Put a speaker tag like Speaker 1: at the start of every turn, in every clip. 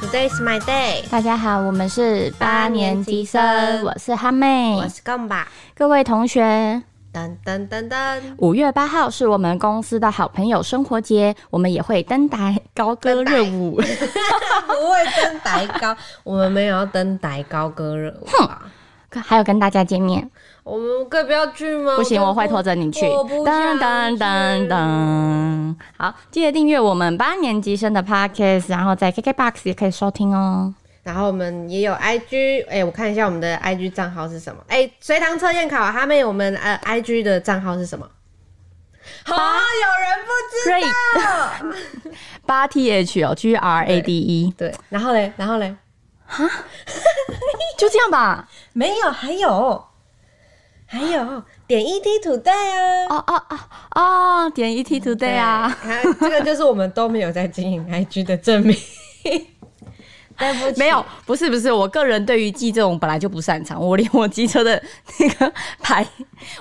Speaker 1: Today is my day。
Speaker 2: 大家好，我们是八年级生
Speaker 1: 八年级，生
Speaker 2: 我是哈妹，
Speaker 1: 我是贡吧，
Speaker 2: 各位同学。
Speaker 1: 噔噔噔 噔，
Speaker 2: 五月八号是我们公司的好朋友生活节，我们也会登台高歌热舞。
Speaker 1: 不会登白高，我们没有要登白高歌热舞吧？
Speaker 2: 还有跟大家见面，
Speaker 1: 我们可以不要去吗？
Speaker 2: 不行，
Speaker 1: 我
Speaker 2: 哦我会拖着你去。
Speaker 1: 我不想
Speaker 2: 噔噔噔，好，记得订阅我们八年级生的 podcast，然后在 KKBox 也可以收听哦。
Speaker 1: 然后我们也有 IG，哎、我看一下我们的 IG 账号是什么？哎、随堂测验考哈妹，我们呃 IG 的账号是什么？好、有人不知道。
Speaker 2: 八 T H 哦，G R A D E，
Speaker 1: 对，然后嘞，然后嘞，
Speaker 2: 就这样吧。
Speaker 1: 没有，还有，还有点 ET 土豆啊。
Speaker 2: 哦哦哦哦，点 E T Today 啊。
Speaker 1: 还有这个就是我们都没有在经营 IG 的证 明。对不起，
Speaker 2: 没有，不是不是，我个人对于记这种本来就不擅长，我连我机车的那个牌，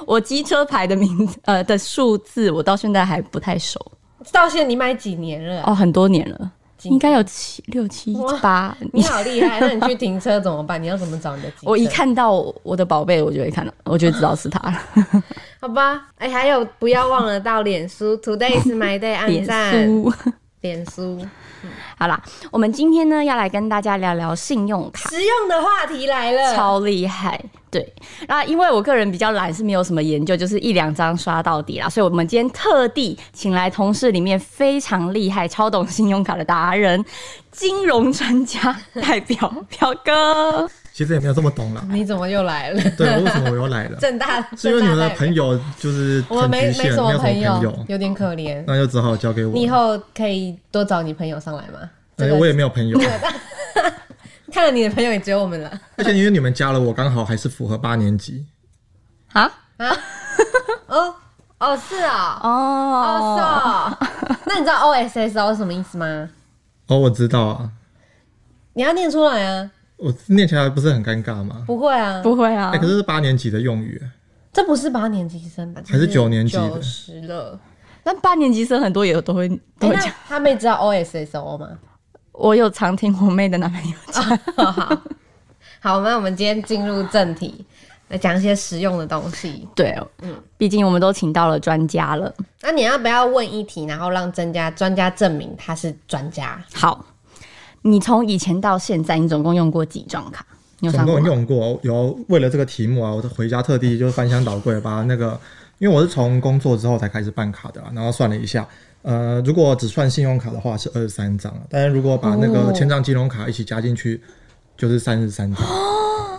Speaker 2: 我机车牌的名字呃的数字，我到现在还不太熟
Speaker 1: 到现在你买几年了啊？
Speaker 2: 哦，很多年了，
Speaker 1: 几年
Speaker 2: 应该有七六七
Speaker 1: 哇
Speaker 2: 八。
Speaker 1: 你好厉害！那你去停车怎么办？你要怎么找你的机车？
Speaker 2: 我一看到我的宝贝，我就会看到，我就知道是他了。
Speaker 1: 好吧，哎、还有不要忘了到脸书，Today is my day，按
Speaker 2: 脸
Speaker 1: 赞，
Speaker 2: 书，
Speaker 1: 脸书
Speaker 2: 好啦，我们今天呢要来跟大家聊聊信用卡。
Speaker 1: 实用的话题来了，
Speaker 2: 超厉害。对，那因为我个人比较懒，是没有什么研究，就是一两张刷到底啦。所以我们今天特地请来同事里面非常厉害、超懂信用卡的达人、金融专家代表 表哥。
Speaker 3: 其实也没有这么懂 啦。
Speaker 1: 你怎么又来了？？
Speaker 3: 对，我为什么我又来了
Speaker 1: 正大，
Speaker 3: 是因为你们
Speaker 1: 正大代
Speaker 3: 的
Speaker 1: 表
Speaker 3: 朋友就是
Speaker 1: 我们
Speaker 3: 很
Speaker 1: 没
Speaker 3: 局
Speaker 1: 没
Speaker 3: 限，
Speaker 1: 什
Speaker 3: 没
Speaker 1: 么
Speaker 3: 有什
Speaker 1: 朋
Speaker 3: 么朋
Speaker 1: 友
Speaker 3: 友，，
Speaker 1: 有点可怜。
Speaker 3: 那就只好交给我
Speaker 1: 你。以后可以多找你朋友上来吗？
Speaker 3: 哎
Speaker 1: 这，个
Speaker 3: 我也没有朋友，
Speaker 1: 看了你的朋友也只有我们了。
Speaker 3: 而且因为你们加了我，刚好还是符合八年级，
Speaker 2: 啊，
Speaker 1: 哦哦，是啊、哦，
Speaker 2: 哦，
Speaker 1: 哦是哦。那你知道 OSSO 是什么意思吗？
Speaker 3: 哦，我知道啊，
Speaker 1: 你要念出来啊，
Speaker 3: 我念起来不是很尴尬吗？
Speaker 1: 不会啊，
Speaker 2: 不会啊
Speaker 3: 哎，，可是是八年级的用语，
Speaker 1: 这不是八年级生吧？
Speaker 3: 还是九年级的
Speaker 1: 九十 了。
Speaker 2: 但八年级生很多也都会
Speaker 1: 哎
Speaker 2: 都会
Speaker 1: 那
Speaker 2: 讲。
Speaker 1: 他妹知道 OSSO 吗？
Speaker 2: 我有常听我妹的男朋友讲，
Speaker 1: 好 好，好，那我们今天进入正题，来讲一些实用的东
Speaker 3: 哦
Speaker 1: 西。
Speaker 2: 对，
Speaker 3: 嗯
Speaker 2: 毕竟我们都请到了专家了。
Speaker 1: 那你要不要问一题，然后让专家专家证明他是专家？
Speaker 2: 好，你从以前到现在，你总共用过几张卡？你有
Speaker 3: 总
Speaker 2: 算过
Speaker 3: 共
Speaker 2: 吗？
Speaker 3: 用过。有为了这个题目啊，我回家特地就是翻箱倒柜把那个，因为我是从工作之后才开始办卡的啊啦，然后算了一下，呃，如果只算信用卡的话是二十三张，啊但是如果把那
Speaker 2: 哦
Speaker 3: 个千张金融卡一起加进去，就是三十三张。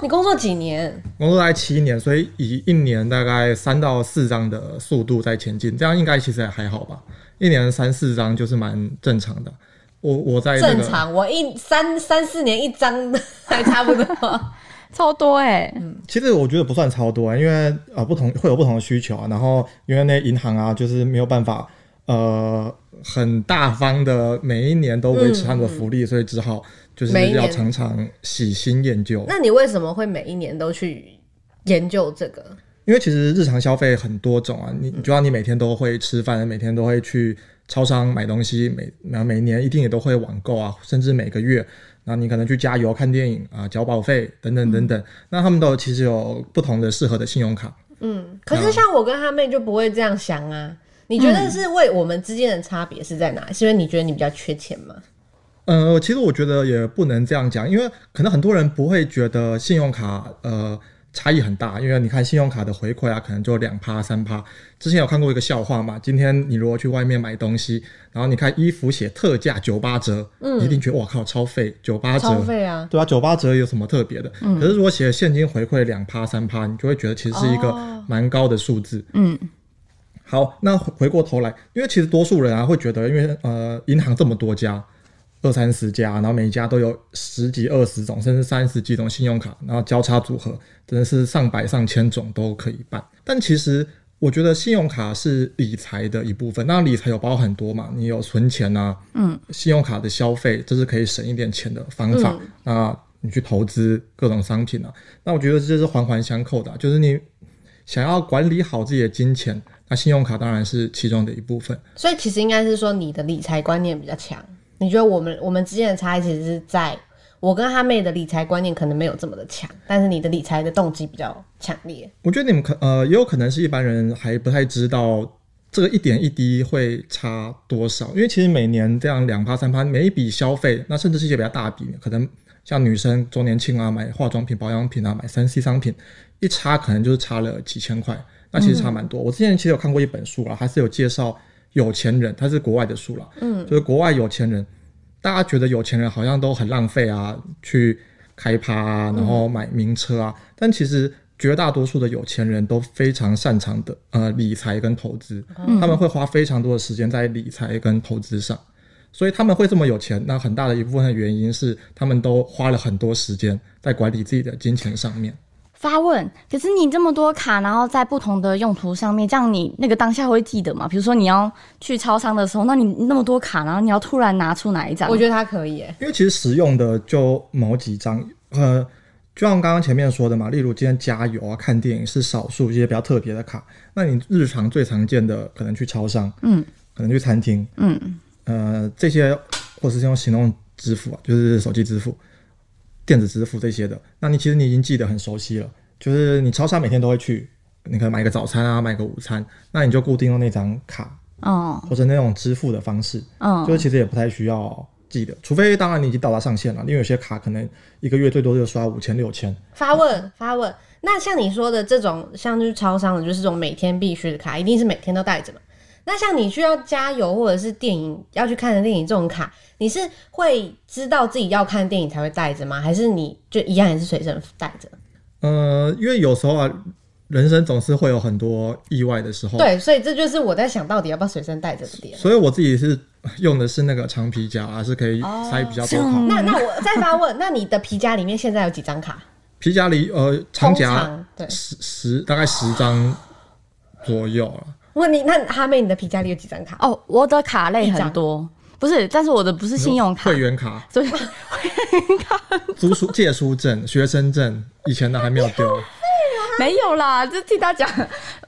Speaker 1: 你工作几年？
Speaker 3: 工作大概七年，所以以一年大概三到四张的速度在前进，这样应该其实也还好吧。一年三四张就是蛮正常的。我我在那
Speaker 1: 正
Speaker 3: 哎个
Speaker 1: 常，我一三三四年一张还差不多。
Speaker 2: 超多哎、
Speaker 3: 其实我觉得不算超多、因为呃不同会有不同的需求啊，然后因为那银行啊就是没有办法呃很大方的每一年都维持他们的福利，所以只好就是
Speaker 1: 每一年
Speaker 3: 要常常喜新厌旧。
Speaker 1: 那你为什么会每一年都去研究这个？
Speaker 3: 因为其实日常消费很多种啊，你你就像你每天都会吃饭，每天都会去超商买东西，每然后每年一定也都会网购啊，甚至每个月，然后你可能去加油、看电影啊、缴保费等等等等。那他们都有其实有不同的适合的信用卡，
Speaker 1: 嗯，可是像我跟他妹就不会这样想啊。你觉得是为我们之间的差别是在哪？是因为你觉得你比较缺钱吗？
Speaker 3: 呃，其实我觉得也不能这样讲，因为可能很多人不会觉得信用卡呃差异很大，因为你看信用卡的回馈啊，可能就两趴三趴。之前有看过一个笑话嘛，今天你如果去外面买东西，然后你看衣服写特价九八折，嗯，一定觉得哇靠超费九八
Speaker 1: 超
Speaker 3: 折，
Speaker 1: 费啊！
Speaker 3: 对啊，九八折有什么特别的？可是如果写现金回馈两趴三趴，你就会觉得其实是一个蛮高的数字。
Speaker 2: 嗯，
Speaker 3: 好，那回回过头来，因为其实多数人啊会觉得，因为呃银行这么多家，二三十家，然后每一家都有十几、二十种，甚至三十几种信用卡，然后交叉组合，真的是上百、上千种都可以办。但其实我觉得信用卡是理财的一部分，那理财有包很多嘛，你有存钱啊，嗯，信用卡的消费，这是可以省一点钱的方法。那你去投资各种商品啊，那我觉得这是环环相扣的啊、就是你想要管理好自己的金钱，那信用卡当然是其中的一部分。
Speaker 1: 所以其实应该是说你的理财观念比较强，你觉得我们我们之间的差异其实是在我跟他妹的理财观念可能没有这么的强，但是你的理财的动机比较强烈。
Speaker 3: 我觉得你们可呃也有可能是一般人还不太知道这个一点一滴会差多少，因为其实每年这样两趴三趴，每一笔消费，那甚至是一些比较大笔，可能像女生周年庆啊，买化妆品、保养品啊，买三 C 商品，一差可能就是差了几千块，那其实差蛮多。我之前其实有看过一本书啦，它是有介绍有钱人，它是国外的书啦，嗯，就是国外有钱人，大家觉得有钱人好像都很浪费啊，去开趴啊，然后买名车啊，但其实绝大多数的有钱人都非常擅长的呃理财跟投资，他们会花非常多的时间在理财跟投资上，所以他们会这么有钱，那很大的一部分的原因是他们都花了很多时间在管理自己的金钱上面。
Speaker 2: 发问，可是你这么多卡，然后在不同的用途上面，这样你那个当下会记得吗？比如说你要去超商的时候，那你那么多卡，然后你要突然拿出哪一张？
Speaker 1: 我觉得他可以耶，
Speaker 3: 因为其实实用的就某几张，呃，就像刚刚前面说的嘛，例如今天加油啊、看电影是少数一些比较特别的卡。那你日常最常见的，可能去超商，
Speaker 2: 嗯，
Speaker 3: 可能去餐厅，
Speaker 2: 嗯，
Speaker 3: 呃，这些或是用行动支付啊，就是手机支付、电子支付这些的，那你其实你已经记得很熟悉了，就是你超商每天都会去，你可能买个早餐啊，买个午餐，那你就固定用那张卡
Speaker 2: 哦，
Speaker 3: 或者那种支付的方式，
Speaker 2: 嗯
Speaker 3: 就是其实也不太需要记得，除非当然你已经到达上限了，因为有些卡可能一个月最多就刷五千六千，
Speaker 1: 发问发问。那像你说的这种，像去超商的，就是这种每天必须的卡，一定是每天都带着嘛？那像你需要加油或者是电影要去看的电影这种卡，你是会知道自己要看电影才会带着吗？还是你就一样也是随身带着？
Speaker 3: 呃，因为有时候啊，人生总是会有很多意外的时候，，
Speaker 1: 对，所以这就是我在想到底要不要随身带着的点。
Speaker 3: 所以我自己是用的是那个长皮夹啊，是可以塞比较多卡。
Speaker 1: 那那我再发问，那你的皮夹里面现在有几张卡？
Speaker 3: 皮夹里呃长
Speaker 1: 通
Speaker 3: 夹
Speaker 1: 常对，
Speaker 3: 十十大概十张左右啊了。
Speaker 1: 问你，那哈妹，你的皮夹里有几张卡？
Speaker 2: 哦，我的卡类很多，不是，但是我的不是信用卡
Speaker 3: 会，员卡、
Speaker 2: 所以
Speaker 3: 租书借书证、学生证，以前的还没有丢。
Speaker 2: 没有啦，就替他讲，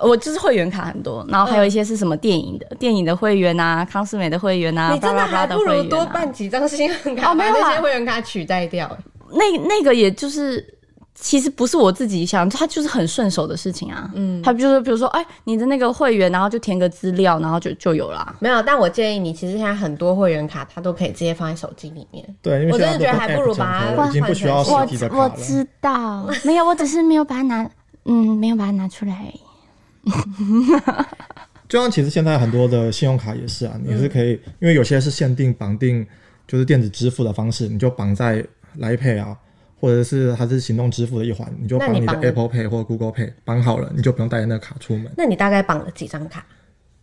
Speaker 2: 我就是会员卡很多，然后还有一些是什么电影的，电影的会员啊，康斯美的会员啊，
Speaker 1: 你真的
Speaker 2: 巴拉巴拉
Speaker 1: 还
Speaker 2: 的
Speaker 1: 不
Speaker 2: 会
Speaker 1: 如
Speaker 2: 员
Speaker 1: 多
Speaker 2: 啊
Speaker 1: 办几张信用卡，
Speaker 2: 哦没有
Speaker 1: 把那些
Speaker 2: 啦
Speaker 1: 会员卡取代掉。欸
Speaker 2: 那那个也就是。其实不是我自己想，它就是很顺手的事情啊。嗯，它就是比如说，哎，你的那个会员，然后就填个资料，然后就就有啦。
Speaker 1: 没有，但我建议你，其实现在很多会员卡它都可以直接放在手机里面。
Speaker 3: 对，因 为
Speaker 1: 我
Speaker 3: 现
Speaker 1: 真
Speaker 3: 在
Speaker 1: 的觉得
Speaker 3: 都被
Speaker 1: 还不如
Speaker 3: App
Speaker 1: 把它
Speaker 3: 整合已经不需要实
Speaker 1: 换
Speaker 3: 体的卡
Speaker 2: 我
Speaker 3: 了。
Speaker 2: 知道，没有，我只是没有把它拿，嗯，没有把它拿出来而已。
Speaker 3: 就像其实现在很多的信用卡也是啊，
Speaker 1: 嗯
Speaker 3: 你是可以，因为有些是限定绑定，就是电子支付的方式，你就绑在来 Pay 啊，或者是它是行动支付的一环，你就
Speaker 1: 那
Speaker 3: 绑
Speaker 1: 你
Speaker 3: 你的
Speaker 1: 绑了
Speaker 3: Apple Pay 或 Google Pay 绑好了，你就不用带那个卡出门。
Speaker 1: 那你大概绑了几张卡？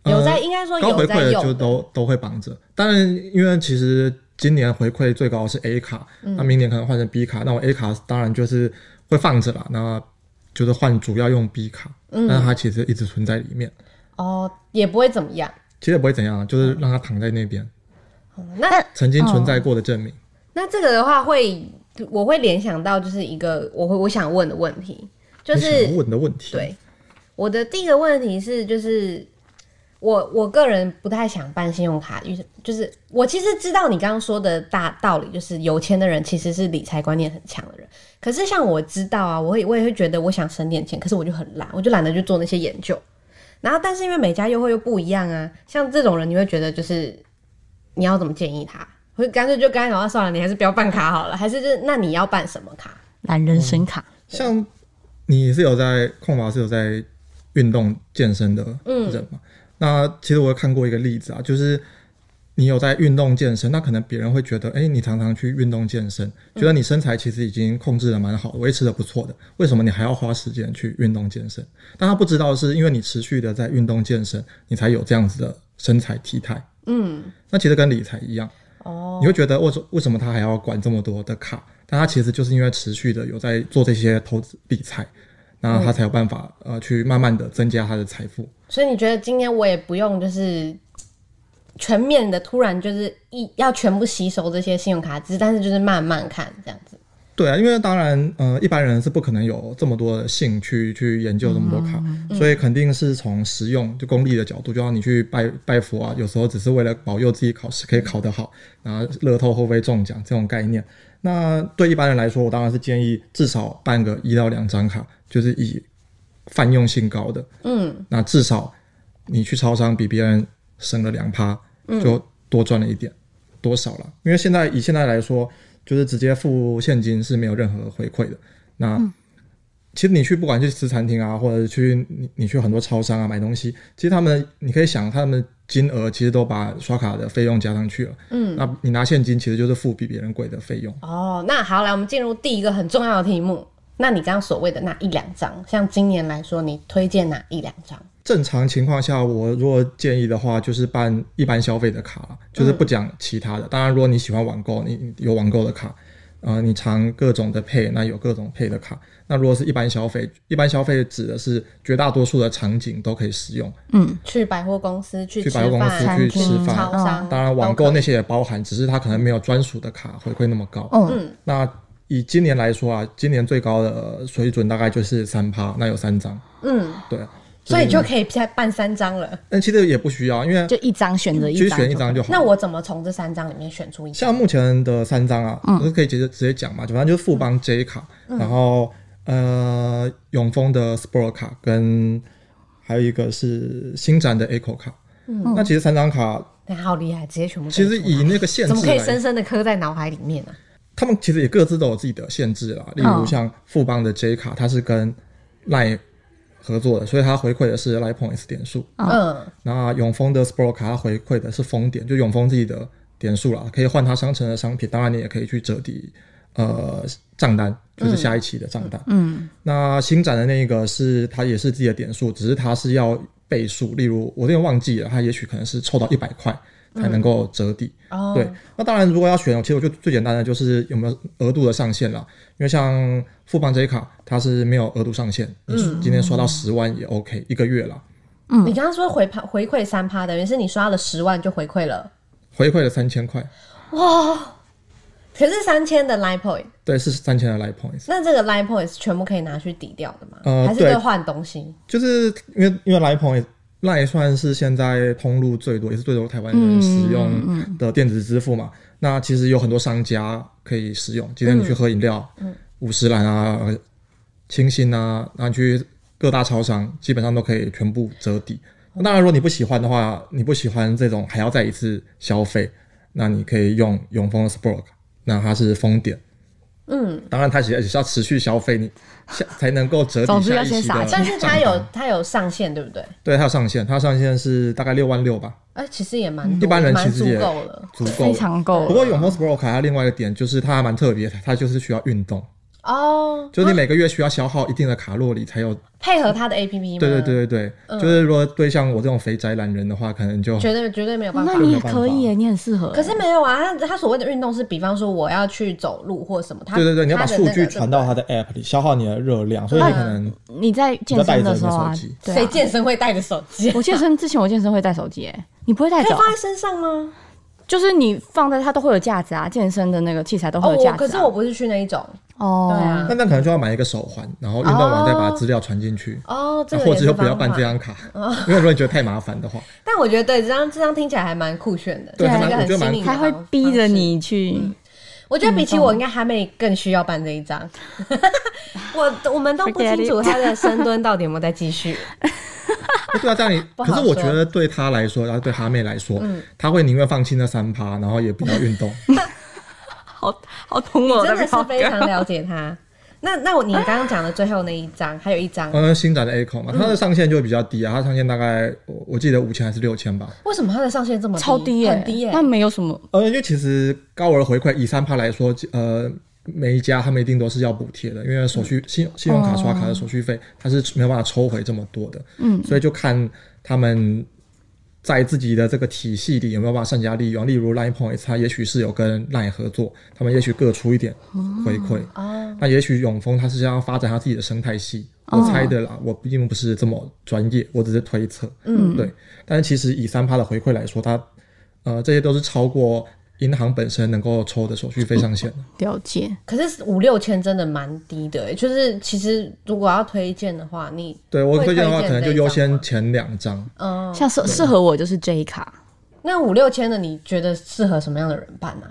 Speaker 1: 有在，
Speaker 3: 呃
Speaker 1: 应该说
Speaker 3: 高
Speaker 1: 有
Speaker 3: 回馈
Speaker 1: 在
Speaker 3: 的
Speaker 1: 用
Speaker 3: 就
Speaker 1: 的。
Speaker 3: 都都会绑着。当然，因为其实今年回馈最高的是 A 卡，
Speaker 1: 嗯
Speaker 3: 那明年可能换成 B 卡，那我 A 卡当然就是会放着啦，那就是换主要用 B 卡，
Speaker 1: 嗯
Speaker 3: 但它其实一直存在里面，
Speaker 1: 哦，也不会怎么样。
Speaker 3: 其实也不会怎样，啊就是让它躺在那边，
Speaker 1: 那
Speaker 3: 曾经存在过的证明。
Speaker 1: 那这个的话会，我会联想到就是一个我会我想问的问题，就
Speaker 3: 你想要
Speaker 1: 是
Speaker 3: 问的问题，
Speaker 1: 对我的第一个问题是，就是我我个人不太想办信用卡，就是就是我其实知道你刚刚说的大道理，就是有钱的人其实是理财观念很强的人。可是像我知道啊，我会我也会觉得我想省点钱，可是我就很懒，我就懒得去做那些研究。然后，但是因为每家优惠又不一样啊，像这种人，你会觉得就是你要怎么建议他？会干脆就跟他讲话啊算了，你还是不要办卡好了，还是就是那你要办什么卡？
Speaker 2: 懒人神卡，
Speaker 3: 像你是有在控法是有在运动健身的
Speaker 1: 嗯
Speaker 3: 人嘛？那其实我有看过一个例子啊，就是你有在运动健身，那可能别人会觉得，哎、你常常去运动健身，
Speaker 1: 嗯
Speaker 3: 觉得你身材其实已经控制的蛮好的，维持的不错的，为什么你还要花时间去运动健身？但他不知道的是因为你持续的在运动健身，你才有这样子的身材体态。
Speaker 1: 嗯，
Speaker 3: 那其实跟理财一样，
Speaker 1: 哦
Speaker 3: 你会觉得为什为什么他还要管这么多的卡？但他其实就是因为持续的有在做这些投资理财，那他才有办法呃去慢慢的增加他的财富。
Speaker 1: 所以你觉得今天我也不用就是全面的，突然就是一要全部吸收这些信用卡资，但是就是慢慢看这样子。
Speaker 3: 对啊，因为当然，呃，一般人是不可能有这么多的兴趣去研究这么多卡，所以肯定是从实用就功利的角度，就让你去拜拜佛啊，有时候只是为了保佑自己考试可以考得好，然后乐透会不会中奖这种概念。那对一般人来说，我当然是建议至少办个一到两张卡，就是以泛用性高的，
Speaker 1: 嗯，
Speaker 3: 那至少你去超商比别人省了两趴，就多赚了一点，多少了？因为现在以现在来说，就是直接付现金是没有任何回馈的。那、其实你去不管去吃餐厅啊，或者去你你去很多超商啊买东西，其实他们你可以想他们金额其实都把刷卡的费用加上去了。嗯，那你拿现金其实就是付比别人贵的费用。
Speaker 1: 哦，那好，来我们进入第一个很重要的题目。那你刚刚所谓的那一两张，像今年来说，你推荐哪一两张？
Speaker 3: 正常情况下，我如果建议的话，就是办一般消费的卡啦，就是不讲其他的。
Speaker 2: 嗯
Speaker 3: 当然，如果你喜欢网购，你你有网购的卡，呃，你常各种的配，那有各种配的卡。那如果是一般消费，一般消费指的是绝大多数的场景都可以使用。
Speaker 1: 去百货公司、去
Speaker 3: 去
Speaker 1: 吃
Speaker 3: 百货公司
Speaker 1: 饭、
Speaker 3: 去啊
Speaker 2: 吃饭
Speaker 1: 超
Speaker 2: 嗯
Speaker 1: 商，
Speaker 3: 当然，网购
Speaker 1: 都可
Speaker 3: 那
Speaker 1: 以
Speaker 3: 些也包含，只是它可能没有专属的卡回馈那么高。
Speaker 2: 嗯，
Speaker 3: 那以今年来说啊，今年最高的水准大概就是三趴，那有三张。
Speaker 1: 嗯，
Speaker 3: 对，
Speaker 1: 所以就可以再办三张了。
Speaker 3: 但其实也不需要，因为
Speaker 2: 就一张选择一
Speaker 3: 其实
Speaker 2: 张，
Speaker 3: 选一张就好了。
Speaker 1: 那我怎么从这三张里面选出一张？
Speaker 3: 像目前的三张啊，
Speaker 1: 嗯
Speaker 3: 我是可以直接直接讲嘛，反正就是富邦 J 卡，然后呃永丰的 Sport 卡，跟还有一个是新展的 Echo 卡。
Speaker 1: 嗯
Speaker 3: 那其实三张卡，
Speaker 1: 哎好厉害，直接全部
Speaker 3: 其实
Speaker 1: 背出来
Speaker 3: 以那个限
Speaker 1: 怎么
Speaker 3: 制
Speaker 1: 可以
Speaker 3: 来，
Speaker 1: 深深的刻在脑海里面啊呢、
Speaker 3: 他们其实也各自都有自己的限制啦。例如
Speaker 2: 嗯
Speaker 3: 像富邦的 J 卡，它是跟 Line 合作的，所以它回馈的是 Line Points 点数。
Speaker 1: 嗯，
Speaker 3: 那永丰的 Sport 卡它回馈的是封点，就永丰自己的点数啦，可以换它商城的商品，当然你也可以去折抵呃账单，就是下一期的账单。
Speaker 2: 嗯，
Speaker 3: 那新展的那个是它也是自己的点数，只是它是要倍数，例如我有点忘记了，它也许可能是凑到一百块才能够折抵。
Speaker 1: 哦，
Speaker 3: 对，那当然，如果要选，其实我就最简单的就是有没有额度的上限啦。因为像富邦这一卡，它是没有额度上限，你今天刷到十万也 OK，、一个月啦，
Speaker 2: 嗯
Speaker 1: 你刚刚说回趴回馈三趴，等于是你刷了十万就回馈了，
Speaker 3: 回馈了三千块。
Speaker 1: 可是三千的 line point，
Speaker 3: 对，是三千的 Light Points，
Speaker 1: 那这个 line point 是全部可以拿去抵掉的吗？
Speaker 3: 呃
Speaker 1: 还是可以
Speaker 3: 对
Speaker 1: 换东西？
Speaker 3: 就是因为因为 Light Points。那也算是现在通路最多，也是最多台湾人使用的电子支付嘛。那其实有很多商家可以使用。今天你去喝饮料，五十兰啊、清新啊，然后你去各大超商，基本上都可以全部折抵。那当然，如果你不喜欢的话，你不喜欢这种还要再一次消费，那你可以用永丰的 Sport，那它是封点。
Speaker 1: 嗯，
Speaker 3: 当然，它其实也是要持续消费，你下才能够折抵
Speaker 2: 总之
Speaker 3: 下
Speaker 2: 要
Speaker 3: 一
Speaker 2: 先
Speaker 3: 期的
Speaker 2: 撒
Speaker 3: 账单。
Speaker 2: 钱
Speaker 1: 但是它
Speaker 3: 嗯
Speaker 1: 有它有上限，对不对？
Speaker 3: 对，它有上限，它上限是大概六万六吧，
Speaker 1: 哎、其实也蛮多
Speaker 3: 一般人
Speaker 1: 蛮
Speaker 3: 其实
Speaker 1: 足
Speaker 3: 也
Speaker 1: 够了
Speaker 3: 足够
Speaker 2: 非
Speaker 3: 了。
Speaker 2: 常够了。
Speaker 3: 不过永丰 Sport 卡它另外一个点就是它还蛮特别的，它就是需要运动，
Speaker 1: 嗯哦，
Speaker 3: 就是你每个月需要消耗一定的卡路里才有。
Speaker 1: 配合它的 A P P 吗？
Speaker 3: 对对，对对
Speaker 1: 嗯
Speaker 3: 对，就是如果对像我这种肥宅懒人的话，可能就
Speaker 1: 绝对绝对没有办法
Speaker 2: 哦那。你也可以耶，你很适合耶。
Speaker 1: 可是没有啊，他他所谓的运动是，比方说我要去走路或什么，他嗯
Speaker 3: 对对对，你要把
Speaker 1: 它的
Speaker 3: 数
Speaker 1: 那个
Speaker 3: 据传到它的 App 里，消耗你的热量，所以你可能
Speaker 2: 你在健身的时候啊
Speaker 3: 你就带着你的手机，
Speaker 2: 对啊
Speaker 1: 谁健身会带着手 机？
Speaker 2: 我健身之前，我健身会带手机耶，你不会带
Speaker 1: 可以
Speaker 2: 走啊？
Speaker 1: 放在身上吗？
Speaker 2: 就是你放在它都会有架子啊，健身的那个器材都
Speaker 1: 哦，
Speaker 2: 会有
Speaker 1: 我
Speaker 2: 架
Speaker 1: 可
Speaker 2: 子
Speaker 1: 是
Speaker 2: 啊。
Speaker 1: 我不是去那一种
Speaker 2: 哦，
Speaker 1: 对啊
Speaker 3: 那那可能就要买一个手环，然后运动完再把资料传进去，
Speaker 1: 哦，这个
Speaker 3: 啊或
Speaker 1: 也
Speaker 3: 者
Speaker 1: 是
Speaker 3: 就不要
Speaker 1: 方法哦
Speaker 3: 办这。张卡， 因为如果你觉得太麻烦的话，
Speaker 1: 但我觉得对这张这张听起来还蛮酷炫的，
Speaker 3: 对
Speaker 1: 就是
Speaker 2: 还
Speaker 1: 一
Speaker 2: 蛮
Speaker 1: 个
Speaker 3: 我觉
Speaker 1: 很
Speaker 3: 得蛮
Speaker 1: 新颖的
Speaker 2: 他
Speaker 1: 方
Speaker 2: 会逼着。你
Speaker 1: 嗯
Speaker 2: 去，
Speaker 1: 我觉得比起我，应该哈妹更需要办这一张。 我我们都不清楚
Speaker 2: Forget it
Speaker 1: 他的深蹲到底有没有在继续。
Speaker 3: 对啊，这样你
Speaker 1: 不好
Speaker 3: 可是我觉
Speaker 1: 说嗯
Speaker 3: 得对他来说，然啊后对哈妹来说，他会宁愿放弃那三趴，然后也不要 运动。
Speaker 2: 好好懂
Speaker 1: 你
Speaker 2: 我
Speaker 1: 真的是
Speaker 2: 表
Speaker 1: 非常
Speaker 2: 哥
Speaker 1: 了解他。那那我你刚刚讲的最后那一张，还有一张，
Speaker 3: 刚刚新展的 A 口嘛，它的上限就会比较低啊，它上限大概我我记得五千还是六千吧。
Speaker 1: 为什么他的上限这么
Speaker 2: 超低耶，
Speaker 1: 很低耶、
Speaker 2: 那没有什么
Speaker 3: 呃，因为其实高额回馈以三趴来说，呃，每一家他们一定都是要补贴的，因为手
Speaker 1: 嗯
Speaker 3: 续信信用卡刷
Speaker 1: 哦
Speaker 3: 卡的手续费它是没有办法抽回这么多的，嗯，所以就看他们。在自己的这个体系里有没有办法善加利用？例如 Line Points，它也许是有跟 Line 合作，他们也许各出一点回馈，
Speaker 1: 哦，
Speaker 3: 那也许永丰他是想要发展他自己的生态系，我猜的啦，我毕竟不是这么专业，我只是推测。嗯，对。但是其实以三趴的回馈来说，它呃这些都是超过银行本身能够抽的手续费上限。
Speaker 1: 嗯
Speaker 2: 了解。
Speaker 1: 可是五六千真的蛮低的、欸，就是其实如果要推荐的话，你
Speaker 3: 对我
Speaker 1: 会
Speaker 3: 推荐的话，
Speaker 1: 推
Speaker 3: 可
Speaker 1: 荐
Speaker 3: 能就
Speaker 1: 这一
Speaker 3: 优
Speaker 1: 张
Speaker 3: 先
Speaker 1: 吗
Speaker 3: 前两张。
Speaker 1: 嗯，
Speaker 2: 像适适合我就是 J 卡
Speaker 1: 那五六千的你觉得适合什么样的人办啊？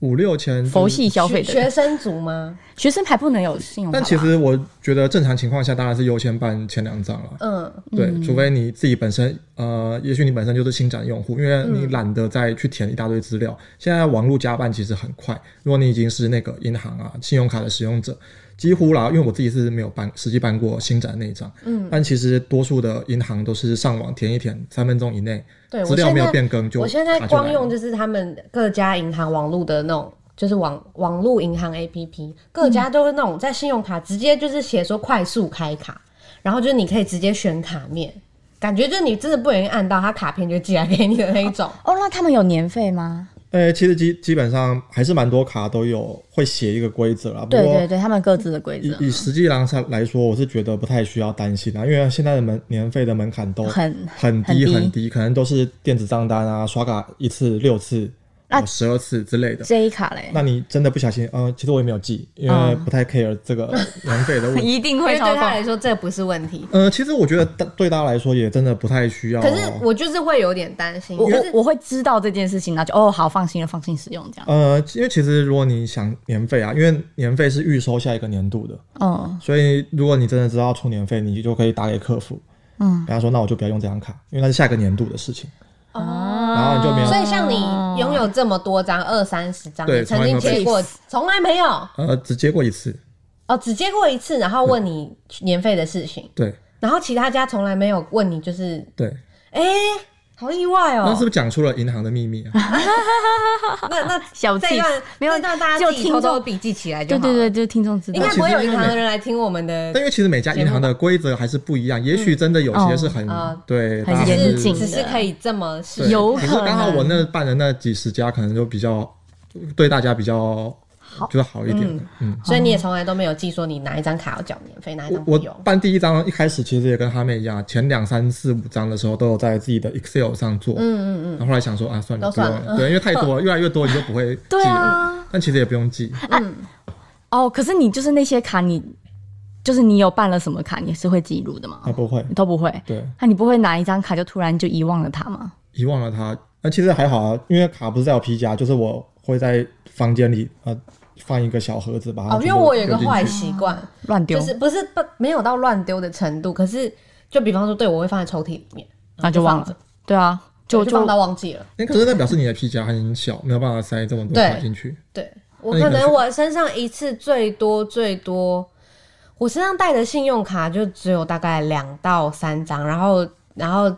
Speaker 3: 五六千
Speaker 2: 佛系消费
Speaker 1: 学
Speaker 2: 的人
Speaker 1: 学生族吗？
Speaker 2: 学生还不能有信用卡
Speaker 3: 但
Speaker 2: 吧。
Speaker 3: 其实我觉得正常情况下当然是优先办前两张了。
Speaker 1: 嗯，
Speaker 3: 对，除非你自己本身，呃，也许你本身就是新展用户，因为
Speaker 1: 嗯
Speaker 3: 你懒得再去填一大堆资料。现在网络加办其实很快，如果你已经是那个银行啊、信用卡的使用者，几乎啦，
Speaker 1: 嗯
Speaker 3: 因为我自己是没有办实际办过新展那一张，嗯，但其实多数的银行都是上网填一填，三分钟以内
Speaker 1: 对我
Speaker 3: 资料没
Speaker 1: 现
Speaker 3: 有
Speaker 1: 在
Speaker 3: 变更就
Speaker 1: 我现在
Speaker 3: 卡就来
Speaker 1: 光
Speaker 3: 了
Speaker 1: 用就是他们各家银行网络的那种，就是网网络银行 APP，各家都是那种在信用卡直接就是写说快速开卡，然后就是你可以直接选卡面，感觉就是你真的不小心按到，它卡片就寄来给你的那一种。
Speaker 2: 哦，那他们有年费吗？
Speaker 3: 呃，其实基基本上还是蛮多卡都有会写一个规则啊，不
Speaker 2: 对
Speaker 3: 过
Speaker 2: 对对，他们各自的规
Speaker 3: 以
Speaker 2: 则
Speaker 3: 以实际上上来说，我是觉得不太需要担心啊，因为现在的门年费的门槛都
Speaker 2: 很
Speaker 3: 很
Speaker 2: 很
Speaker 3: 低
Speaker 2: 低
Speaker 3: 很低，可能都是电子账单啊，刷卡一次六次、
Speaker 1: 啊
Speaker 3: 哦
Speaker 2: 那
Speaker 3: 十二次之类的。
Speaker 2: J 卡嘞，
Speaker 3: 那你真的不小心，呃，其实我也没有记，因为
Speaker 2: 嗯
Speaker 3: 不太 care 这个年费的问题。
Speaker 2: 一定
Speaker 1: 因
Speaker 2: 会
Speaker 1: 为
Speaker 2: 超
Speaker 1: 对
Speaker 2: 过
Speaker 1: 他。来说这不是问题，
Speaker 3: 呃，其实我觉得大对大家来说也真的不太需要。
Speaker 1: 可是我就是会有点担心，
Speaker 2: 我
Speaker 1: 就
Speaker 2: 我
Speaker 1: 是
Speaker 2: 我会知道这件事情，那就哦好，放心了，放心使用这样。
Speaker 3: 呃，因为其实如果你想年费啊，因为年费是预收下一个年度的，
Speaker 2: 嗯，
Speaker 3: 所以如果你真的知道要出年费，你就可以打给客服，
Speaker 2: 嗯，
Speaker 3: 跟他说，那我就不要用这张卡，因为那是下个年度的事情，
Speaker 1: 哦。
Speaker 2: 啊
Speaker 3: 然后你就没有
Speaker 1: 所以像你拥有这么多张二三十张，
Speaker 3: 对
Speaker 1: 你曾经
Speaker 3: 从来没
Speaker 1: 接
Speaker 3: 有
Speaker 1: 过，从来没有
Speaker 3: 呃只接过一次，
Speaker 1: 哦，只接过一次，然后问你年费的事情，
Speaker 3: 对
Speaker 1: 然后其他家从来没有问你，就是
Speaker 3: 对，
Speaker 1: 哎、好意外
Speaker 3: 那
Speaker 1: 哦
Speaker 3: 是不、是讲出了银行的秘密 啊？
Speaker 1: 那那
Speaker 2: 小
Speaker 1: 这一
Speaker 2: tips，
Speaker 1: 段
Speaker 2: 没有
Speaker 1: 这一段大家
Speaker 2: 就
Speaker 1: 自己
Speaker 2: 听
Speaker 1: 偷偷
Speaker 2: 众
Speaker 1: 笔记起来就
Speaker 2: 对
Speaker 1: 好了。
Speaker 2: 对对，就是听众知
Speaker 1: 应
Speaker 2: 道
Speaker 1: 该。不会有银行
Speaker 3: 其
Speaker 1: 的
Speaker 3: 实
Speaker 1: 人来听我们的
Speaker 3: 但，因为其实每家银行的规则还是不一样，也许真的有些是很、
Speaker 1: 啊
Speaker 2: 嗯
Speaker 3: 对
Speaker 2: 哦很
Speaker 3: 大家
Speaker 2: 严
Speaker 3: 是
Speaker 2: 谨
Speaker 1: 只是可以这么是
Speaker 3: 对
Speaker 2: 有
Speaker 3: 只是
Speaker 2: 可
Speaker 3: 刚好我
Speaker 2: 能
Speaker 3: 那办的那几十家，可能就比较对大家比较就是好一点的，嗯。
Speaker 1: 所以你也从来都没有记说你哪一张卡要缴年费，哪一
Speaker 3: 我
Speaker 1: 张不
Speaker 3: 我
Speaker 1: 用。
Speaker 3: 办第一张一开始其实也跟他们一样，前两三四五张的时候都有在自己的 Excel 上做，嗯嗯嗯，然后后来想说啊，算了，
Speaker 1: 都
Speaker 3: 不用
Speaker 1: 算了
Speaker 3: 了，对，因为太多了，越来越多你就 不会记
Speaker 2: 对
Speaker 3: 了
Speaker 2: 啊，
Speaker 3: 但其实也不用记，
Speaker 1: 啊
Speaker 2: 哦，可是你就是那些卡，你就是你有办了什么卡，你是会记录的吗？
Speaker 3: 啊，不会，
Speaker 2: 你都不会。
Speaker 3: 对，
Speaker 2: 那、你不会拿一张卡就突然就遗忘了它吗？
Speaker 3: 遗忘了它，那其实还好啊，因为卡不是在我皮夹，就是我会在房间里呃放一个小盒子把它
Speaker 1: 哦，因为
Speaker 3: 全部
Speaker 1: 我有一个
Speaker 3: 丢进去
Speaker 1: 坏习惯，
Speaker 2: 乱丢，
Speaker 1: 就是不是不没有到乱丢的程度，可是就比方说，对我会放在抽屉里面，
Speaker 2: 那就忘
Speaker 1: 放着
Speaker 2: 了。对啊，
Speaker 1: 就
Speaker 2: 就
Speaker 1: 就放到忘记了。
Speaker 3: 哎，可是那表示你的皮夹很小，没有办法塞这么多卡
Speaker 1: 对
Speaker 3: 进去，
Speaker 1: 对我
Speaker 3: 那你
Speaker 1: 可
Speaker 3: 可能
Speaker 1: 能
Speaker 3: 是
Speaker 1: 我身上一次最多最多，我身上带的信用卡就只有大概两到三张，然后然后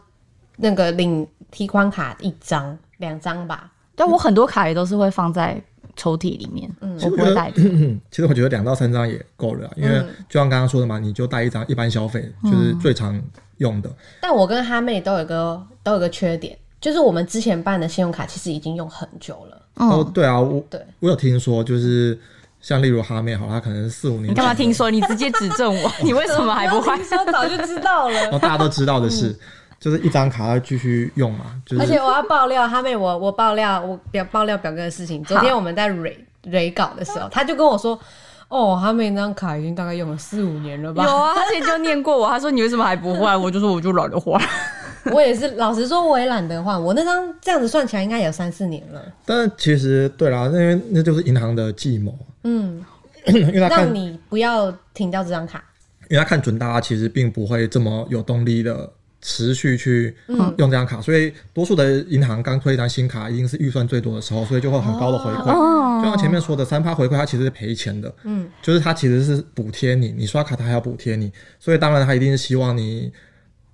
Speaker 1: 那个领提款卡一张两张吧。
Speaker 2: 但我很多卡也都是会放在抽屉里面，
Speaker 1: 嗯
Speaker 2: 我不会带着。
Speaker 3: 其实我觉嗯得两到三张也够了啊，因
Speaker 1: 嗯
Speaker 3: 为就像刚刚说的嘛，你就带一张一般消费，就是最常用的，
Speaker 1: 但我跟哈妹都有一个都有一个缺点，就是我们之前办的信用卡其实已经用很久了。
Speaker 3: 哦，对啊，我
Speaker 1: 对
Speaker 3: 我有听说，就是像例如哈妹好，她可能四五年
Speaker 2: 你干嘛
Speaker 3: 前
Speaker 2: 听说？你直接指正 我，你为什么还不换？
Speaker 1: 说早就知道了。
Speaker 3: 哦然后大家都知道的是，就是一张卡要继续用嘛，就
Speaker 1: 而且
Speaker 3: 是
Speaker 1: 我要爆料哈妹，我我爆料我表爆料表哥的事情。昨天我们在蕊蕊稿的时候，他就跟我说：“哦，哈妹那张卡已经大概用了四五年了
Speaker 2: 有
Speaker 1: 吧
Speaker 2: 啊，他之前就念过我，他说你为什么还不换？我就说我就懒得换。？”
Speaker 1: 我也是，老实说，我也懒得换。我那张这样子算起来应该有三四年了。
Speaker 3: 但是其实对啦，因为那就是银行的计谋，
Speaker 1: 嗯，
Speaker 3: 因为他看
Speaker 1: 让，你不要停掉这张卡。
Speaker 3: 因为他看准大家其实并不会这么有动力的。持续去用这张卡，所以多数的银行刚推一张新卡，一定是预算最多的时候，所以就会有很高的回馈。
Speaker 1: 嗯
Speaker 2: 哦
Speaker 3: 就像前面说的，三趴回馈它其实是赔钱的，嗯，就是它其实是补贴你，你刷卡它还要补贴你，所以当然它一定是希望你，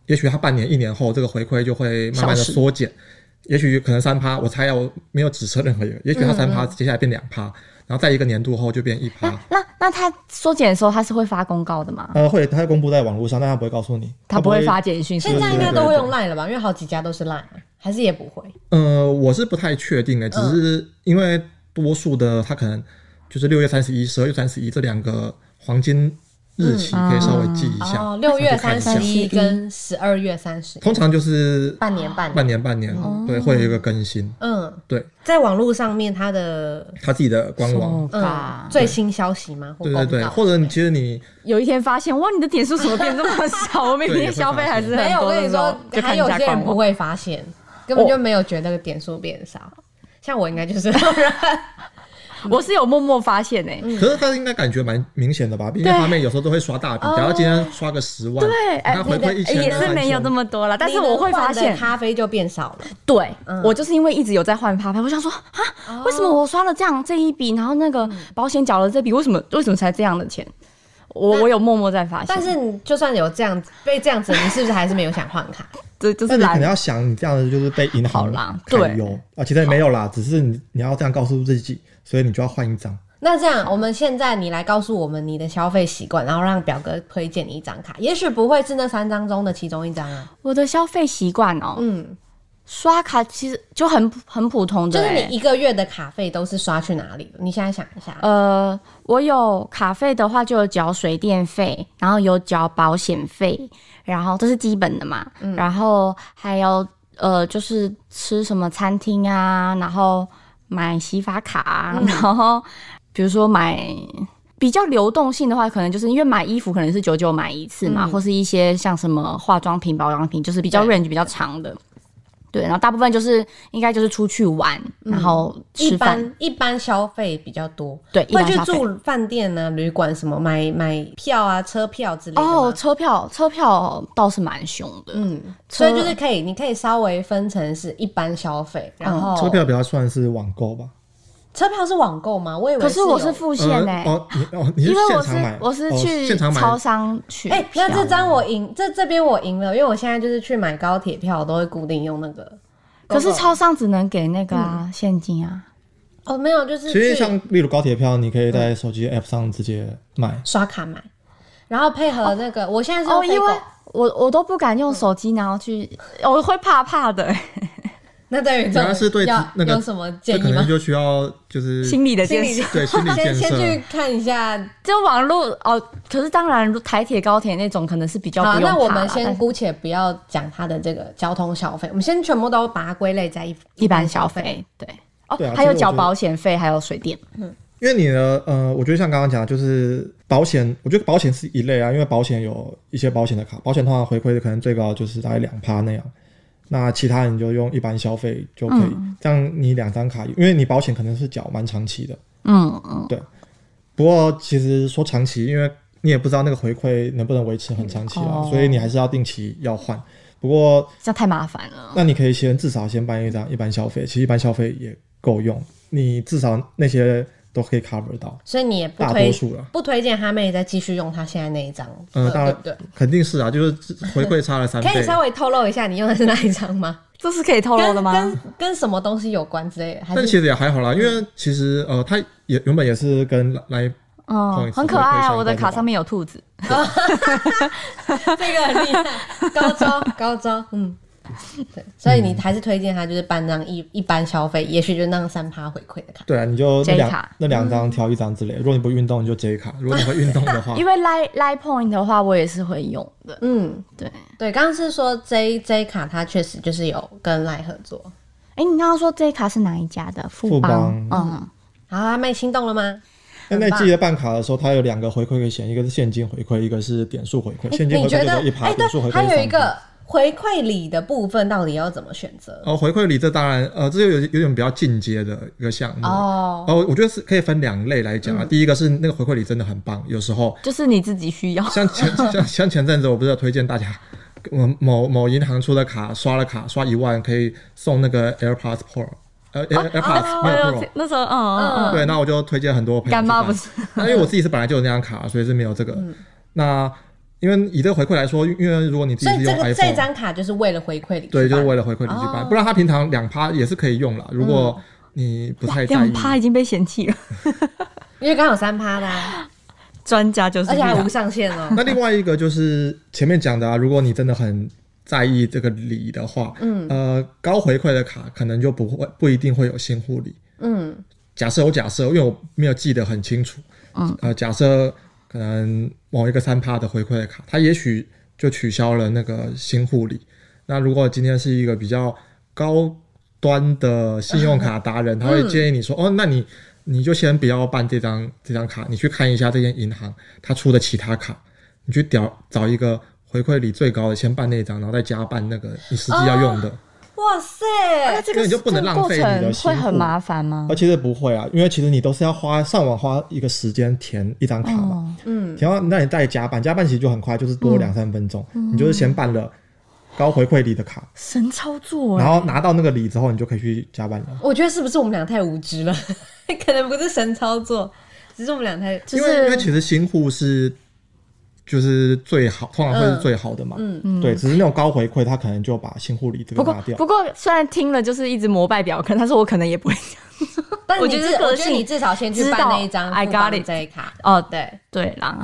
Speaker 3: 也许它半年一年后这个回馈就会慢慢的
Speaker 2: 消失
Speaker 3: 缩减，也许可能三趴，我猜啊，我没有指涉任何一个，也许
Speaker 2: 嗯
Speaker 3: 它三趴接下来变两趴，然后在一个年度后就变一趴。
Speaker 2: 那那他缩减的时候，他是会发公告的吗？
Speaker 3: 呃，会，它会公布在网络上，但它不会告诉你，
Speaker 2: 他不会发。简讯，
Speaker 1: 现
Speaker 2: 是
Speaker 1: 在应该都会用 Line 了吧？因为好几家都是 Line，还是也不会。
Speaker 3: 呃，我是不太确定的，
Speaker 2: 嗯
Speaker 3: 只是因为多数的它可能就是六月三十一、十二月三十一这两个黄金日期，
Speaker 2: 嗯
Speaker 3: 可以稍微记一下。
Speaker 1: 哦，六月三十一
Speaker 2: 31
Speaker 1: 跟十二月三十，
Speaker 3: 通常就是
Speaker 1: 半年半年。
Speaker 2: 哦
Speaker 3: 半年半年，对，会有一个更新。
Speaker 1: 嗯，
Speaker 3: 对
Speaker 1: 在网络上面它的
Speaker 3: 他自己的官网。
Speaker 2: 吧
Speaker 1: 嗯？最新消息吗？或
Speaker 3: 啊对对对，
Speaker 1: 公告
Speaker 3: 或者你其实你
Speaker 2: 有一天发现哇，你的点数怎么变这么少？我每
Speaker 3: 对也
Speaker 2: 天
Speaker 3: 会
Speaker 2: 消费还是很多
Speaker 1: 没有，我跟你
Speaker 2: 那
Speaker 1: 说
Speaker 2: 种，就看
Speaker 1: 还
Speaker 2: 一下
Speaker 1: 有些人
Speaker 2: 官
Speaker 1: 不
Speaker 2: 网。
Speaker 1: 会发现，根本就没有觉得那个点数变少。像我应该就是这种人，
Speaker 2: 我是有默默发现欸诶、
Speaker 3: 可是他应该感觉蛮明显的吧？毕
Speaker 2: 嗯
Speaker 3: 竟
Speaker 2: 对哦
Speaker 3: 他们有时候都会刷大笔，假如今天刷个十万，
Speaker 2: 对，哎、
Speaker 3: 他回馈一千
Speaker 2: 也是没有这
Speaker 3: 么。
Speaker 2: 么多了， 但是我会发
Speaker 1: 你能
Speaker 2: 现
Speaker 1: 换的，咖啡就变少了。
Speaker 2: 对、
Speaker 1: 嗯哦
Speaker 2: 我就是因为一直有在换发票，我想说啊，为什么我刷了这样这一笔，然后那个
Speaker 1: 嗯
Speaker 2: 保险缴了这笔，为什么为什么才这样的钱？我
Speaker 1: 但
Speaker 2: 我有默默在发现，
Speaker 1: 但是你就算有这样子被这样子，你是不是还是没有想换卡？
Speaker 2: 这就
Speaker 3: 那
Speaker 2: 是
Speaker 3: 你可
Speaker 2: 懒
Speaker 3: 能要想，你这样子就是被银
Speaker 2: 好
Speaker 3: 行
Speaker 2: 啦
Speaker 3: 揩
Speaker 2: 对
Speaker 3: 油啊，其实也没有啦，只是你你要这样告诉自己，所以你就要换一张。
Speaker 1: 那这样，我们现在你来告诉我们你的消费习惯，然后让表哥推荐你一张卡，也许不会是那三张中的其中一张啊。
Speaker 2: 我的消费习惯哦，
Speaker 1: 嗯，
Speaker 2: 刷卡其实就很普很普通的、
Speaker 1: 就是
Speaker 2: 欸，
Speaker 1: 你一个月的卡费都是刷去哪里了？你现在想一下，
Speaker 2: 呃，我有卡费的话，就有缴水电费，然后有缴保险费，然后这是基本的嘛，
Speaker 1: 嗯
Speaker 2: 然后还有呃，就是吃什么餐厅啊，然后买洗发卡、啊，
Speaker 1: 嗯
Speaker 2: 然后比如说买。比较流动性的话，可能就是因为买衣服可能是久久买一次嘛，
Speaker 1: 嗯
Speaker 2: 或是一些像什么化妆品、保养品，就是比较
Speaker 1: 对
Speaker 2: range 比较长的。对，然后大部分就是应该就是出去玩，然后
Speaker 1: 一
Speaker 2: 吃饭，
Speaker 1: 嗯般一般消费比较多，
Speaker 2: 对，一
Speaker 1: 会
Speaker 2: 般
Speaker 1: 去
Speaker 2: 消费
Speaker 1: 住饭店啊、旅馆什么买买票啊、车票之类的吗
Speaker 2: 哦，车票车票倒是蛮凶的，
Speaker 1: 嗯，
Speaker 2: 车
Speaker 1: 所以就是可以，你可以稍微分成是一般消费，
Speaker 2: 嗯
Speaker 1: 然
Speaker 2: 哦
Speaker 1: 后
Speaker 3: 车票比较算是网购吧。
Speaker 1: 车票是网购吗？我以为
Speaker 2: 可是
Speaker 1: 有
Speaker 2: 我是付现呢、
Speaker 3: 呃哦，你哦，你
Speaker 2: 欸因
Speaker 3: 是
Speaker 2: 为
Speaker 3: 现
Speaker 2: 我
Speaker 3: 场买
Speaker 2: 是，我是
Speaker 3: 哦
Speaker 2: 去
Speaker 3: 现场买
Speaker 2: 超商取票。
Speaker 1: 哎、那这张我赢，这这边我赢了，因为我现在就是去买高铁票，我都会固定用那个。嗯
Speaker 2: 可是超商只能给那个啊、现金啊，
Speaker 1: 哦，没有，就是
Speaker 3: 其实
Speaker 1: 去
Speaker 3: 像例如高铁票，你可
Speaker 2: 嗯
Speaker 3: 以在手机 app 上直接买。
Speaker 1: 刷卡买，然后配合那个，我现在是
Speaker 2: 哦，
Speaker 1: 用飞
Speaker 2: 因
Speaker 1: 狗、
Speaker 2: 为我我都不敢
Speaker 1: 嗯
Speaker 2: 用手机，然后去，我会怕怕的、
Speaker 1: 那对于这
Speaker 3: 主要
Speaker 1: 种
Speaker 3: 是对
Speaker 1: 要
Speaker 3: 那个
Speaker 1: 有什么
Speaker 3: 这
Speaker 1: 建
Speaker 3: 可
Speaker 1: 议
Speaker 3: 能
Speaker 1: 吗？
Speaker 3: 就需要就是
Speaker 2: 心理的
Speaker 1: 心
Speaker 2: 建
Speaker 1: 理
Speaker 2: 设。
Speaker 3: 对心理建
Speaker 1: 先先
Speaker 3: 设。
Speaker 1: 去看一下，
Speaker 2: 就网络哦，可是当然台铁高铁那种可能是比较
Speaker 1: 好啊，
Speaker 2: 不用
Speaker 1: 那
Speaker 2: 怕啦。哎
Speaker 1: 我们先
Speaker 2: 但
Speaker 1: 姑且不要讲它的这个交通消费，我们先全部都把它归类在一
Speaker 2: 一般消。费对哦，
Speaker 3: 对啊
Speaker 2: 还有
Speaker 3: 这个我觉
Speaker 2: 缴
Speaker 3: 得
Speaker 2: 保险费，还有水电。
Speaker 3: 因为你的呃，我觉得像刚刚讲的，就是保险，我觉得保险是一类啊，因为保险有一些保险的卡，保险通常回馈的可能最高就是大概两趴那样，那其他你就用一般消费就可以，
Speaker 1: 嗯
Speaker 3: 这样你两张卡，因为你保险可能是缴蛮长期的，
Speaker 2: 嗯嗯，
Speaker 3: 不过其实说长期，因为你也不知道那个回馈能不能维持很长期啊，
Speaker 2: 哦
Speaker 3: 所以你还是要定期要换。不过
Speaker 2: 这样太麻烦了。
Speaker 3: 那你可以先至少先办一张一般消费，其实一般消费也够用，你至少那些都可以 cover 到，
Speaker 1: 所以你也不
Speaker 3: 大
Speaker 1: 推
Speaker 3: 多数了。
Speaker 1: 不推荐哈妹再继续用她现在那一张，
Speaker 3: 嗯
Speaker 1: 对
Speaker 3: 当然
Speaker 1: 不对？
Speaker 3: 肯定是啊，就是回馈差了三倍。
Speaker 1: 可以稍微透露一下你用的是哪一张吗？
Speaker 2: 这是可以透露
Speaker 1: 跟
Speaker 2: 的吗？
Speaker 1: 跟跟什么东西有关之类的？还
Speaker 3: 但
Speaker 1: 是
Speaker 3: 其实也还好
Speaker 1: 嗯
Speaker 3: 啦，因为其实呃，它也原本也是跟来
Speaker 2: 哦
Speaker 3: 同一，次
Speaker 2: 很可爱
Speaker 3: 可以
Speaker 2: 啊！
Speaker 3: 上
Speaker 2: 我的
Speaker 3: 班的
Speaker 2: 卡
Speaker 3: 吧
Speaker 2: 上面有兔子。
Speaker 1: 这个很厉害，高招高招，嗯，对，所以
Speaker 3: 嗯
Speaker 1: 你还是推荐他就是办张一一般消费，也许就那三趴回馈的卡。
Speaker 3: 对啊，你就那
Speaker 2: J
Speaker 3: 两
Speaker 2: 卡
Speaker 3: 那两张挑一张之
Speaker 1: 嗯
Speaker 3: 类。如果你不运动，你就 J 卡；如果你会运动的 话
Speaker 2: 因，为 Line Line Point 的话，我也是会用的。
Speaker 1: 嗯，
Speaker 2: 对，
Speaker 1: 对，刚刚是说 J J 卡，它确实就是有跟赖合作。
Speaker 2: 哎、你刚刚说这一卡是哪一家的？
Speaker 3: 富
Speaker 2: 邦
Speaker 3: 邦。
Speaker 2: 嗯，
Speaker 1: 好，阿妹心动了吗？
Speaker 3: 那那季的办卡的时候，它有两个回馈可以选，一个是现金回馈，一个是点数回馈。现金
Speaker 1: 你
Speaker 3: 回
Speaker 1: 觉
Speaker 3: 馈
Speaker 1: 得哎
Speaker 3: 就是一趴，点数回
Speaker 1: 对，
Speaker 3: 馈
Speaker 1: 还
Speaker 3: 是
Speaker 1: 有一
Speaker 3: 三趴。
Speaker 1: 个回馈礼的部分，到底要怎么选择？
Speaker 3: 哦，回馈礼这当然，呃，这有有点比较进阶的一个项目。
Speaker 1: 哦，嗯
Speaker 3: 哦，我觉得是可以分两类来讲啊。第一个是那个回馈礼真的很棒，有时候
Speaker 2: 就是你自己需 要。
Speaker 3: 像前像像前阵子我不是有推荐大家，某某某银行出的卡刷了卡刷一万可以送那个 AirPods Pro，呃、Air-
Speaker 2: 啊
Speaker 3: AirPods 没有 Pro，、
Speaker 2: 哎那时候，嗯嗯嗯，
Speaker 3: 对，那我就推荐很多朋友
Speaker 2: 干妈
Speaker 3: 去办
Speaker 2: 不是，
Speaker 3: 那因为我自己是本来就有那张卡，所以是没有这个。那因为以这个回馈来说，因为如果你自
Speaker 1: 所
Speaker 3: 己是
Speaker 1: 以这
Speaker 3: 用
Speaker 1: 个这
Speaker 3: iPhone，
Speaker 1: 张卡就是为了回馈礼去办，
Speaker 3: 对，就是为了回馈你去办，
Speaker 1: 哦
Speaker 3: 不然他平常两趴也是可以用啦。如果你不太在
Speaker 2: 两
Speaker 3: 意，
Speaker 2: 趴已经被嫌弃了。
Speaker 1: 因为刚好三趴 啦，
Speaker 2: 专家就是
Speaker 1: 而
Speaker 2: 这
Speaker 1: 且还
Speaker 2: 样
Speaker 1: 无上限哦。
Speaker 3: 那另外一个就是前面讲的啊，如果你真的很在意这个礼的话，嗯，呃，高回馈的卡可能就不会不一定会有新护理。
Speaker 1: 嗯，
Speaker 3: 假设我假设，因为我没有记得很清楚，嗯，呃，假设可能某一个三趴的回馈的卡，它也许就取消了那个新护理。那如果今天是一个比较高端的信用卡达人，他会建议你说，哦，那你你就先不要办这张这张卡，你去看一下这间银行它出的其他卡，你去屌找一个回馈率最高的，先办那张，然后再加办那个你实际要用的。
Speaker 1: 哇塞，
Speaker 2: 那这个
Speaker 3: 那你就不能
Speaker 2: 这个
Speaker 3: 浪费你的
Speaker 2: 过程
Speaker 3: 辛
Speaker 2: 会很
Speaker 3: 苦
Speaker 2: 麻烦吗
Speaker 3: 而？其实不会啊，因为其实你都是要花上网花一个时间填一张卡嘛，
Speaker 2: 哦，嗯
Speaker 1: 嗯，
Speaker 3: 然后那你再加办，加办其实就很快，就是多两三分钟，你就是先办了高回馈礼的卡，
Speaker 2: 神操作
Speaker 3: 然
Speaker 2: 哎！
Speaker 3: 后拿到那个礼之后，你就可以去加办了。
Speaker 1: 我觉得是不是我们俩太无知了？ 可能不是神操作，只是我们俩太
Speaker 2: 就
Speaker 3: 因为因为
Speaker 2: 是
Speaker 3: 其实新户是就是最好，通常会
Speaker 1: 嗯
Speaker 3: 是最好的嘛，对，只是那种高回馈，他可能就把新户礼
Speaker 2: 嗯
Speaker 3: 这
Speaker 2: 不
Speaker 3: 个
Speaker 2: 过
Speaker 3: 拿掉
Speaker 2: 不。过，虽然听了就是一直膜拜表坑，但是我可能也不会这样。
Speaker 1: 但
Speaker 2: 我
Speaker 1: 你
Speaker 2: 觉得
Speaker 1: 至
Speaker 2: 个
Speaker 1: 我觉得
Speaker 2: 性
Speaker 1: 你至少先去
Speaker 2: 知
Speaker 1: 办
Speaker 2: 道
Speaker 1: 那一张
Speaker 2: I
Speaker 1: 富邦
Speaker 2: got it
Speaker 1: 这一卡。
Speaker 2: 哦，
Speaker 1: 对，
Speaker 2: 对啦，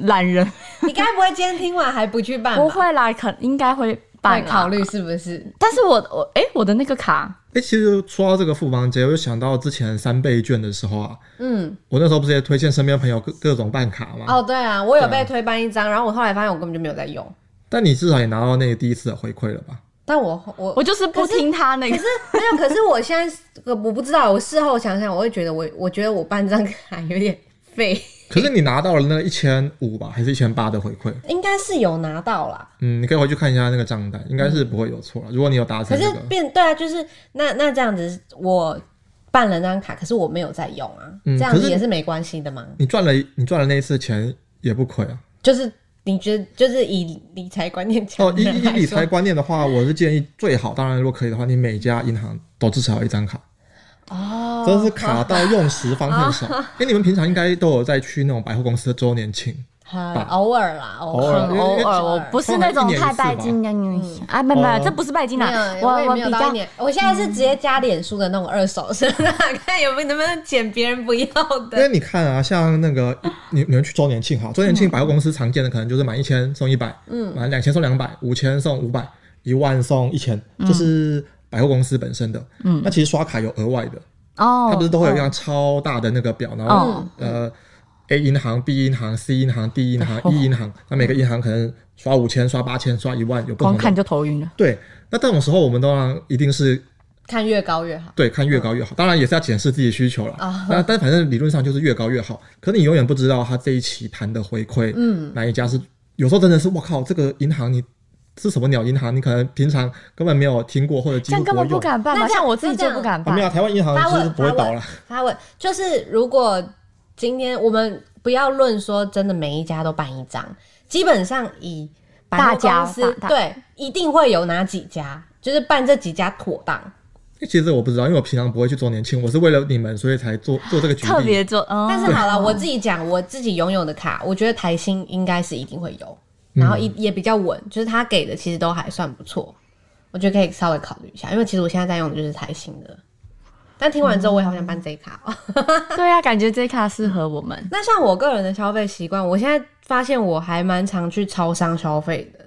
Speaker 2: 懒人
Speaker 1: 你该不会今天听完还不去办吧？
Speaker 2: 不会啦，可应该会
Speaker 1: 嗯会
Speaker 2: 办啦
Speaker 1: 考虑。是不是？
Speaker 2: 但是我我哎，我的那个卡
Speaker 3: 哎、其实说到这个富邦街，我就想到之前三倍券的时候啊，
Speaker 1: 嗯，
Speaker 3: 我那时候不是也推荐身边朋友各各种办卡嘛，
Speaker 1: 哦，对啊，我有
Speaker 3: 对
Speaker 1: 被
Speaker 3: 啊
Speaker 1: 推办一张，然后我后来发现我根本就没有在用，
Speaker 3: 但你至少也拿到那个第一次的回馈了吧？
Speaker 1: 但我我
Speaker 2: 我就是不
Speaker 1: 可是
Speaker 2: 听他那
Speaker 1: 可
Speaker 2: 个
Speaker 1: 是，没有，可是我现在是我不知道，我事后想想，我会觉得我我觉得我办这张卡有点废，
Speaker 3: 可是你拿到了那一千五吧，还是一千八的回馈？
Speaker 1: 应该是有拿到啦。
Speaker 3: 嗯，你可以回去看一下那个账单，应该是不会有错了。如果你有达
Speaker 1: 嗯可
Speaker 3: 成
Speaker 1: 是
Speaker 3: 这个，
Speaker 1: 变对啊，就是那那这样子，我办了那张卡，可是我没有在用啊，
Speaker 3: 嗯
Speaker 1: 这样
Speaker 3: 可
Speaker 1: 子
Speaker 3: 是
Speaker 1: 也是没关系的嘛。
Speaker 3: 你赚了你赚了那一次钱也 不亏啊。
Speaker 1: 就是你觉得，就是以理财观念讲
Speaker 3: 哦，
Speaker 1: 的
Speaker 3: 以
Speaker 1: 人
Speaker 3: 以
Speaker 1: 来
Speaker 3: 理
Speaker 1: 说
Speaker 3: 财观念的话，我是建议最好，当然如果可以的话，你每家银行都至少有一张卡，
Speaker 1: 哦，
Speaker 3: 真是卡到用时方 恨少。哎、你们平常应该都有在去那种百货公司的周年庆，
Speaker 1: 很
Speaker 3: 吧
Speaker 1: 偶尔啦，偶
Speaker 3: 偶尔因为
Speaker 2: 偶尔，呃我不是那种
Speaker 3: 通常一年一次吧
Speaker 2: 太拜金的女性啊，没有没有，
Speaker 3: 哦
Speaker 2: 这不是拜金
Speaker 1: 没
Speaker 2: 啦
Speaker 1: 有，，
Speaker 2: 我
Speaker 1: 我也没有
Speaker 2: 比
Speaker 1: 到
Speaker 2: 较嗯
Speaker 1: 一年。我现在是直接加脸书的那种二手， 是吧？看有没有能不能捡别人不要
Speaker 3: 因为
Speaker 1: 的。
Speaker 3: 你看啊，像那个你你们去周年庆
Speaker 2: 嗯
Speaker 3: 哈，周年庆百货公司常见的可能就是满一千送一百，嗯，满两千送两百，五千送五百，一万送一千，
Speaker 2: 嗯
Speaker 3: 这是百货公司本身的。嗯，那其实刷卡有额外的，
Speaker 2: 哦，
Speaker 3: 它不是都会有一
Speaker 2: 哦
Speaker 3: 张超大的那个表，然后
Speaker 2: 哦
Speaker 3: 呃，A 银行、B 银行、C 银行、D 银行、
Speaker 2: 哦
Speaker 3: E 银行，那每个银行可能刷五千、刷八千、刷一万，有不
Speaker 2: 光
Speaker 3: 同
Speaker 2: 看
Speaker 3: 的。
Speaker 2: 就头晕了。
Speaker 3: 对，那这种时候我们当然一定是
Speaker 1: 看越高越好。
Speaker 3: 对，看越高越好，当然也是要检视自己需求了
Speaker 1: 啊。
Speaker 3: 那、但反正理论上就是越高越好。可是你永远不知道他这一期谈的回馈，嗯，哪一家是有时候真的是我靠，这个银行你是什么鸟银行？你可能平常根本没有听过或者
Speaker 2: 这
Speaker 3: 几乎
Speaker 2: 样根
Speaker 3: 不会
Speaker 2: 本不
Speaker 3: 用。
Speaker 2: 敢办吧？
Speaker 1: 那这样
Speaker 2: 像我自己就不敢
Speaker 3: 啊、
Speaker 2: 办
Speaker 3: 没。有，台湾银行
Speaker 1: 发
Speaker 3: 就是
Speaker 1: 问
Speaker 3: 不会
Speaker 1: 发
Speaker 3: 倒
Speaker 1: 问
Speaker 3: 了。
Speaker 1: 发问，就是如果今天我们不要论说真的每一家都办一张，基本上以百货
Speaker 2: 大家
Speaker 1: 公司
Speaker 2: 大大
Speaker 1: 对一定会有哪几家，就是办这几家妥当。
Speaker 3: 哎其实我不知道，因为我平常不会去周年庆，我是为了你们所以才 做做这个决定。
Speaker 2: 特别做，嗯
Speaker 1: 但是好了，我自己讲我自己拥有的卡，我觉得台新应该是一定会有，然后也也比较稳，就是他给的其实都还算不错，我觉得可以稍微考虑一下，因为其实我现在在用的就是台新的。但听完之后，我也好想办这一卡、哦。
Speaker 2: 对啊，感觉这一卡适合我们。
Speaker 1: 那像我个人的消费习惯，我现在发现我还蛮常去超商消费的，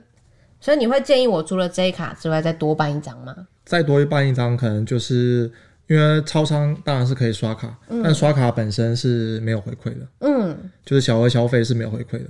Speaker 1: 所以你会建议我除了这一卡之外，再多办一张吗？
Speaker 3: 再多办一张，可能就是因为超商当然是可以刷卡，
Speaker 2: 嗯
Speaker 3: 但刷卡本身是没有回馈的。
Speaker 1: 嗯，
Speaker 3: 就是小额消费是没有回馈的。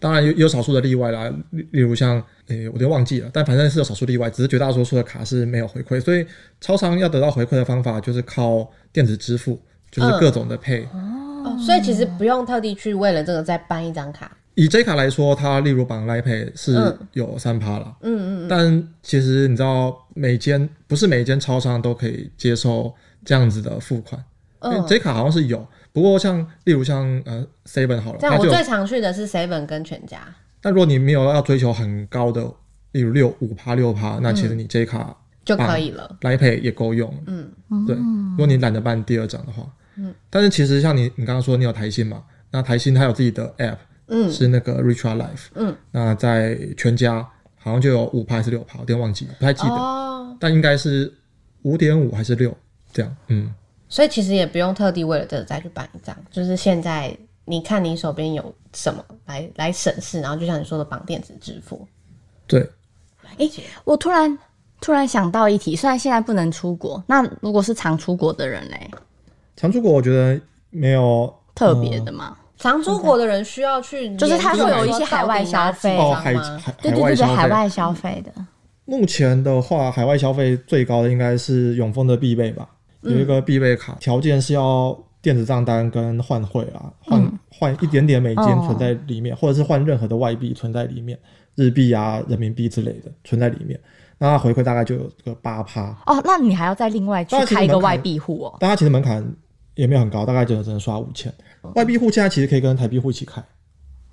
Speaker 3: 当然有有少数的例外啦，例例如像诶、我都忘记了，但反正是有少数例外，只是绝大多数的卡是没有回馈，所以超商要得到回馈的方法就是靠电子支付，就是各种的 Pay。
Speaker 1: 哦，所以其实不用特地去为了这个再办一张卡。
Speaker 3: 以 J 卡来说，它例如绑 Line Pay 是有三趴啦，嗯嗯，但其实你知道每间不是每间超商都可以接受这样子的付款，因为
Speaker 1: 嗯，
Speaker 3: J 卡好像是有，不过像例如像呃 Seven 好了，
Speaker 1: 这样
Speaker 3: 它
Speaker 1: 我
Speaker 3: 就有
Speaker 1: 最常去的是 seven 跟全家。
Speaker 3: 但如果你没有要追求很高的，例如六五趴六
Speaker 1: 嗯
Speaker 3: 趴，那其实你这一卡
Speaker 1: 就可以了。
Speaker 3: 来配也够用。嗯，对。
Speaker 2: 哦
Speaker 3: 如果你懒得办第二张的话，嗯，但是其实像你你刚刚说你有台信嘛，那台信它有自己的 app，
Speaker 1: 嗯
Speaker 3: 是那个 Richa Life，
Speaker 1: 嗯，
Speaker 3: 那在全家好像就有五趴还是六趴，我有点忘记，不太记得，
Speaker 1: 哦，
Speaker 3: 但应该是五点五还是六这样。嗯，
Speaker 1: 所以其实也不用特地为了这个再去办一张，就是现在你看你手边有什么来来审视，然后就像你说的绑电子支付。
Speaker 3: 对。
Speaker 1: 嗯
Speaker 2: 我突然突然想到一题，虽然现在不能出国，那如果是常出国的人嘞，
Speaker 3: 常出国我觉得没有
Speaker 2: 特别的
Speaker 3: 嗯
Speaker 2: 嘛，
Speaker 1: 常出国的人需要去研究，
Speaker 2: 就是他会有一些海外消费
Speaker 1: 到
Speaker 3: 哦
Speaker 1: 底哪
Speaker 3: 海
Speaker 1: 几张吗
Speaker 3: 海
Speaker 2: 对
Speaker 3: 海
Speaker 2: 对
Speaker 3: 外
Speaker 2: 对对，
Speaker 3: 消
Speaker 2: 海
Speaker 3: 费。
Speaker 2: 外消费的，
Speaker 3: 目前的话，海外消费最高的应该是永丰的必备吧，有一个必备卡，条件是要电子账单跟换汇啊，换换一点点美金
Speaker 2: 哦
Speaker 3: 存在里面，或者是换任何的外币存在里面，日币啊、人民币之类的存在里面。那它回馈大概就有个八趴，
Speaker 2: 哦，那你还要再另外去
Speaker 3: 当然其实
Speaker 2: 开一个
Speaker 3: 门槛
Speaker 2: 外币户哦。
Speaker 3: 但它其实门槛也没有很高，大概就只能刷五千。外币户现在其实可以跟台币户一起开，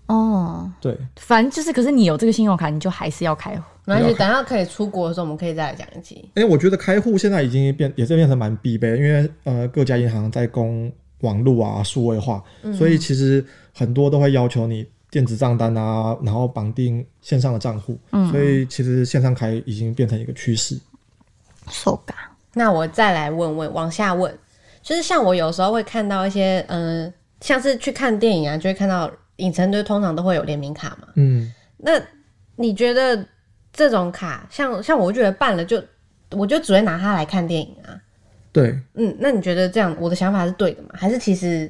Speaker 2: 哦，
Speaker 3: 对，
Speaker 2: 反正就是，可是你有这个信用卡，你就还是要开。
Speaker 1: 没关
Speaker 3: 不
Speaker 1: 系，
Speaker 3: 要
Speaker 1: 等到可以出国的时候，我们可以再来讲一集。
Speaker 3: 哎、我觉得开户现在已经变，也是变成蛮必备的，因为呃，各家银行在供网络啊、数位化，所以其实很多都会要求你电子账单啊，然后绑定线上的账户，所以其实线上开已经变成一个趋势。
Speaker 2: 手嘎，
Speaker 1: 那我再来问问，往下问，就是像我有时候会看到一些，嗯、像是去看电影啊，就会看到影城队通常都会有联名卡嘛。
Speaker 3: 嗯，
Speaker 1: 那你觉得这种卡，像像我觉得办了就，我就只会拿它来看电影啊。
Speaker 3: 对，
Speaker 1: 嗯，那你觉得这样我的想法是对的吗？还是其实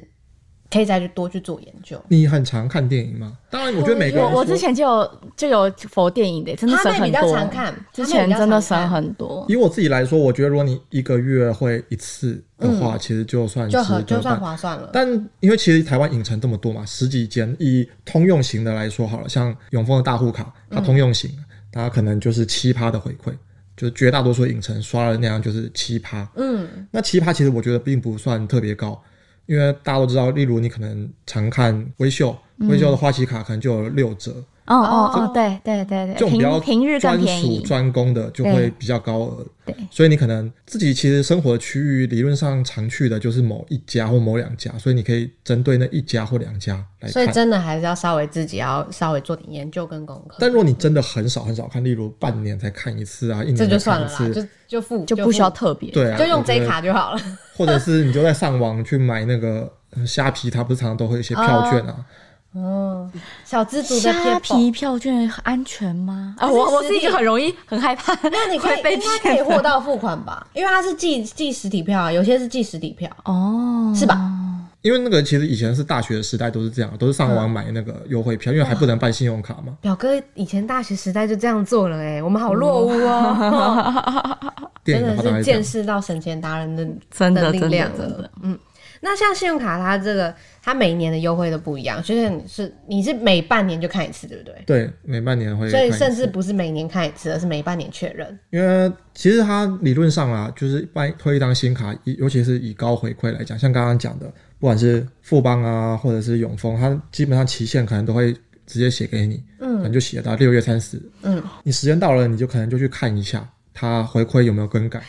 Speaker 1: 可以再去多去做研究？
Speaker 3: 你很常看电影吗？当然，我觉得每个
Speaker 2: 我
Speaker 3: 人
Speaker 2: 我
Speaker 3: 说
Speaker 2: 之前就有就有佛电影的，真的
Speaker 1: 他
Speaker 2: 省
Speaker 1: 们比
Speaker 2: 很
Speaker 1: 较
Speaker 2: 多
Speaker 1: 常。看，他
Speaker 2: 之
Speaker 1: 们
Speaker 2: 前
Speaker 1: 比较
Speaker 2: 真的
Speaker 1: 常
Speaker 2: 省
Speaker 1: 看
Speaker 2: 很多。
Speaker 3: 以我自己来说，我觉得如果你一个月会一次的话，其实就算
Speaker 1: 就
Speaker 3: 值得
Speaker 1: 很就算
Speaker 3: 办
Speaker 1: 划算了。
Speaker 3: 但因为其实台湾影城这么多嘛，十几间，以通用型的来说好了，像永丰的大户卡，它通用型，它可能就是七趴的回馈，就是绝大多数影城刷了那样就是七趴。
Speaker 1: 嗯，
Speaker 3: 那七趴其实我觉得并不算特别高，因为大家都知道，例如你可能常看微秀，微秀的花旗卡可能就有六折，
Speaker 2: 哦哦哦，对对对
Speaker 3: 这
Speaker 2: 对，
Speaker 3: 种比较
Speaker 2: 平平日更
Speaker 3: 专
Speaker 2: 便
Speaker 3: 属
Speaker 2: 宜。
Speaker 3: 专攻的就会
Speaker 2: 对
Speaker 3: 比较高额。
Speaker 2: 对，
Speaker 3: 所以你可能自己其实生活的区域理论上常去的就是某一家或某两家，所以你可以针对那一家或两家来
Speaker 1: 所以
Speaker 3: 看。
Speaker 1: 真的还是要稍微自己要稍微做点研究跟功课。
Speaker 3: 但如果你真的很少很少看，例如半年才看一次啊，一年
Speaker 1: 这就
Speaker 3: 才
Speaker 1: 算
Speaker 3: 看一
Speaker 1: 了 啦，
Speaker 3: 次，
Speaker 1: 就就付
Speaker 2: 就不需要
Speaker 1: 付
Speaker 2: 特别。
Speaker 3: 对啊，
Speaker 1: 就用
Speaker 3: 我觉得
Speaker 1: J 卡，就好了。
Speaker 3: 或者是你就在上网去买那个嗯虾皮，它不是常常都会有一些票券啊，
Speaker 1: 哦，小资族的
Speaker 2: 虾
Speaker 1: Pebble
Speaker 2: 皮票券安全吗？啊，
Speaker 1: 是
Speaker 2: 我我
Speaker 1: 实
Speaker 2: 是一个
Speaker 1: 体
Speaker 2: 很容易很害怕，
Speaker 1: 那你可以
Speaker 2: 会被
Speaker 1: 应该可以
Speaker 2: 骗
Speaker 1: 货到付款吧？因为它是寄寄实体票啊，有些是寄实体票，
Speaker 2: 哦，
Speaker 1: 是吧？
Speaker 3: 因为那个其实以前是大学时代都是这样，都是上网买那个优惠票，因为还不能办信用卡嘛。
Speaker 1: 表哥以前大学时代就这样做了、哎，我们好落伍哦，
Speaker 3: 电
Speaker 1: 真
Speaker 3: 影
Speaker 1: 的
Speaker 3: 的话大概
Speaker 1: 是
Speaker 3: 是这
Speaker 1: 见
Speaker 3: 样。
Speaker 1: 识到省钱达人的
Speaker 2: 真的
Speaker 1: 力
Speaker 2: 真的
Speaker 1: 量
Speaker 2: 真
Speaker 1: 了
Speaker 2: 的。
Speaker 1: 嗯，那像信用卡，它这个它每年的优惠都不一样，就是你是你是每半年就看一次，对不对？
Speaker 3: 对，每半年会
Speaker 1: 所
Speaker 3: 看一
Speaker 1: 以
Speaker 3: 次。
Speaker 1: 甚至不是每年看一次，而是每半年确认。
Speaker 3: 因为其实它理论上啦，就是办推一张新卡，以尤其是以高回馈来讲，像刚刚讲的，不管是富邦啊，或者是永丰，它基本上期限可能都会直接写给你，嗯，可能就写到六月三十，
Speaker 1: 嗯，
Speaker 3: 你时间到了，你就可能就去看一下它回馈有没有更改。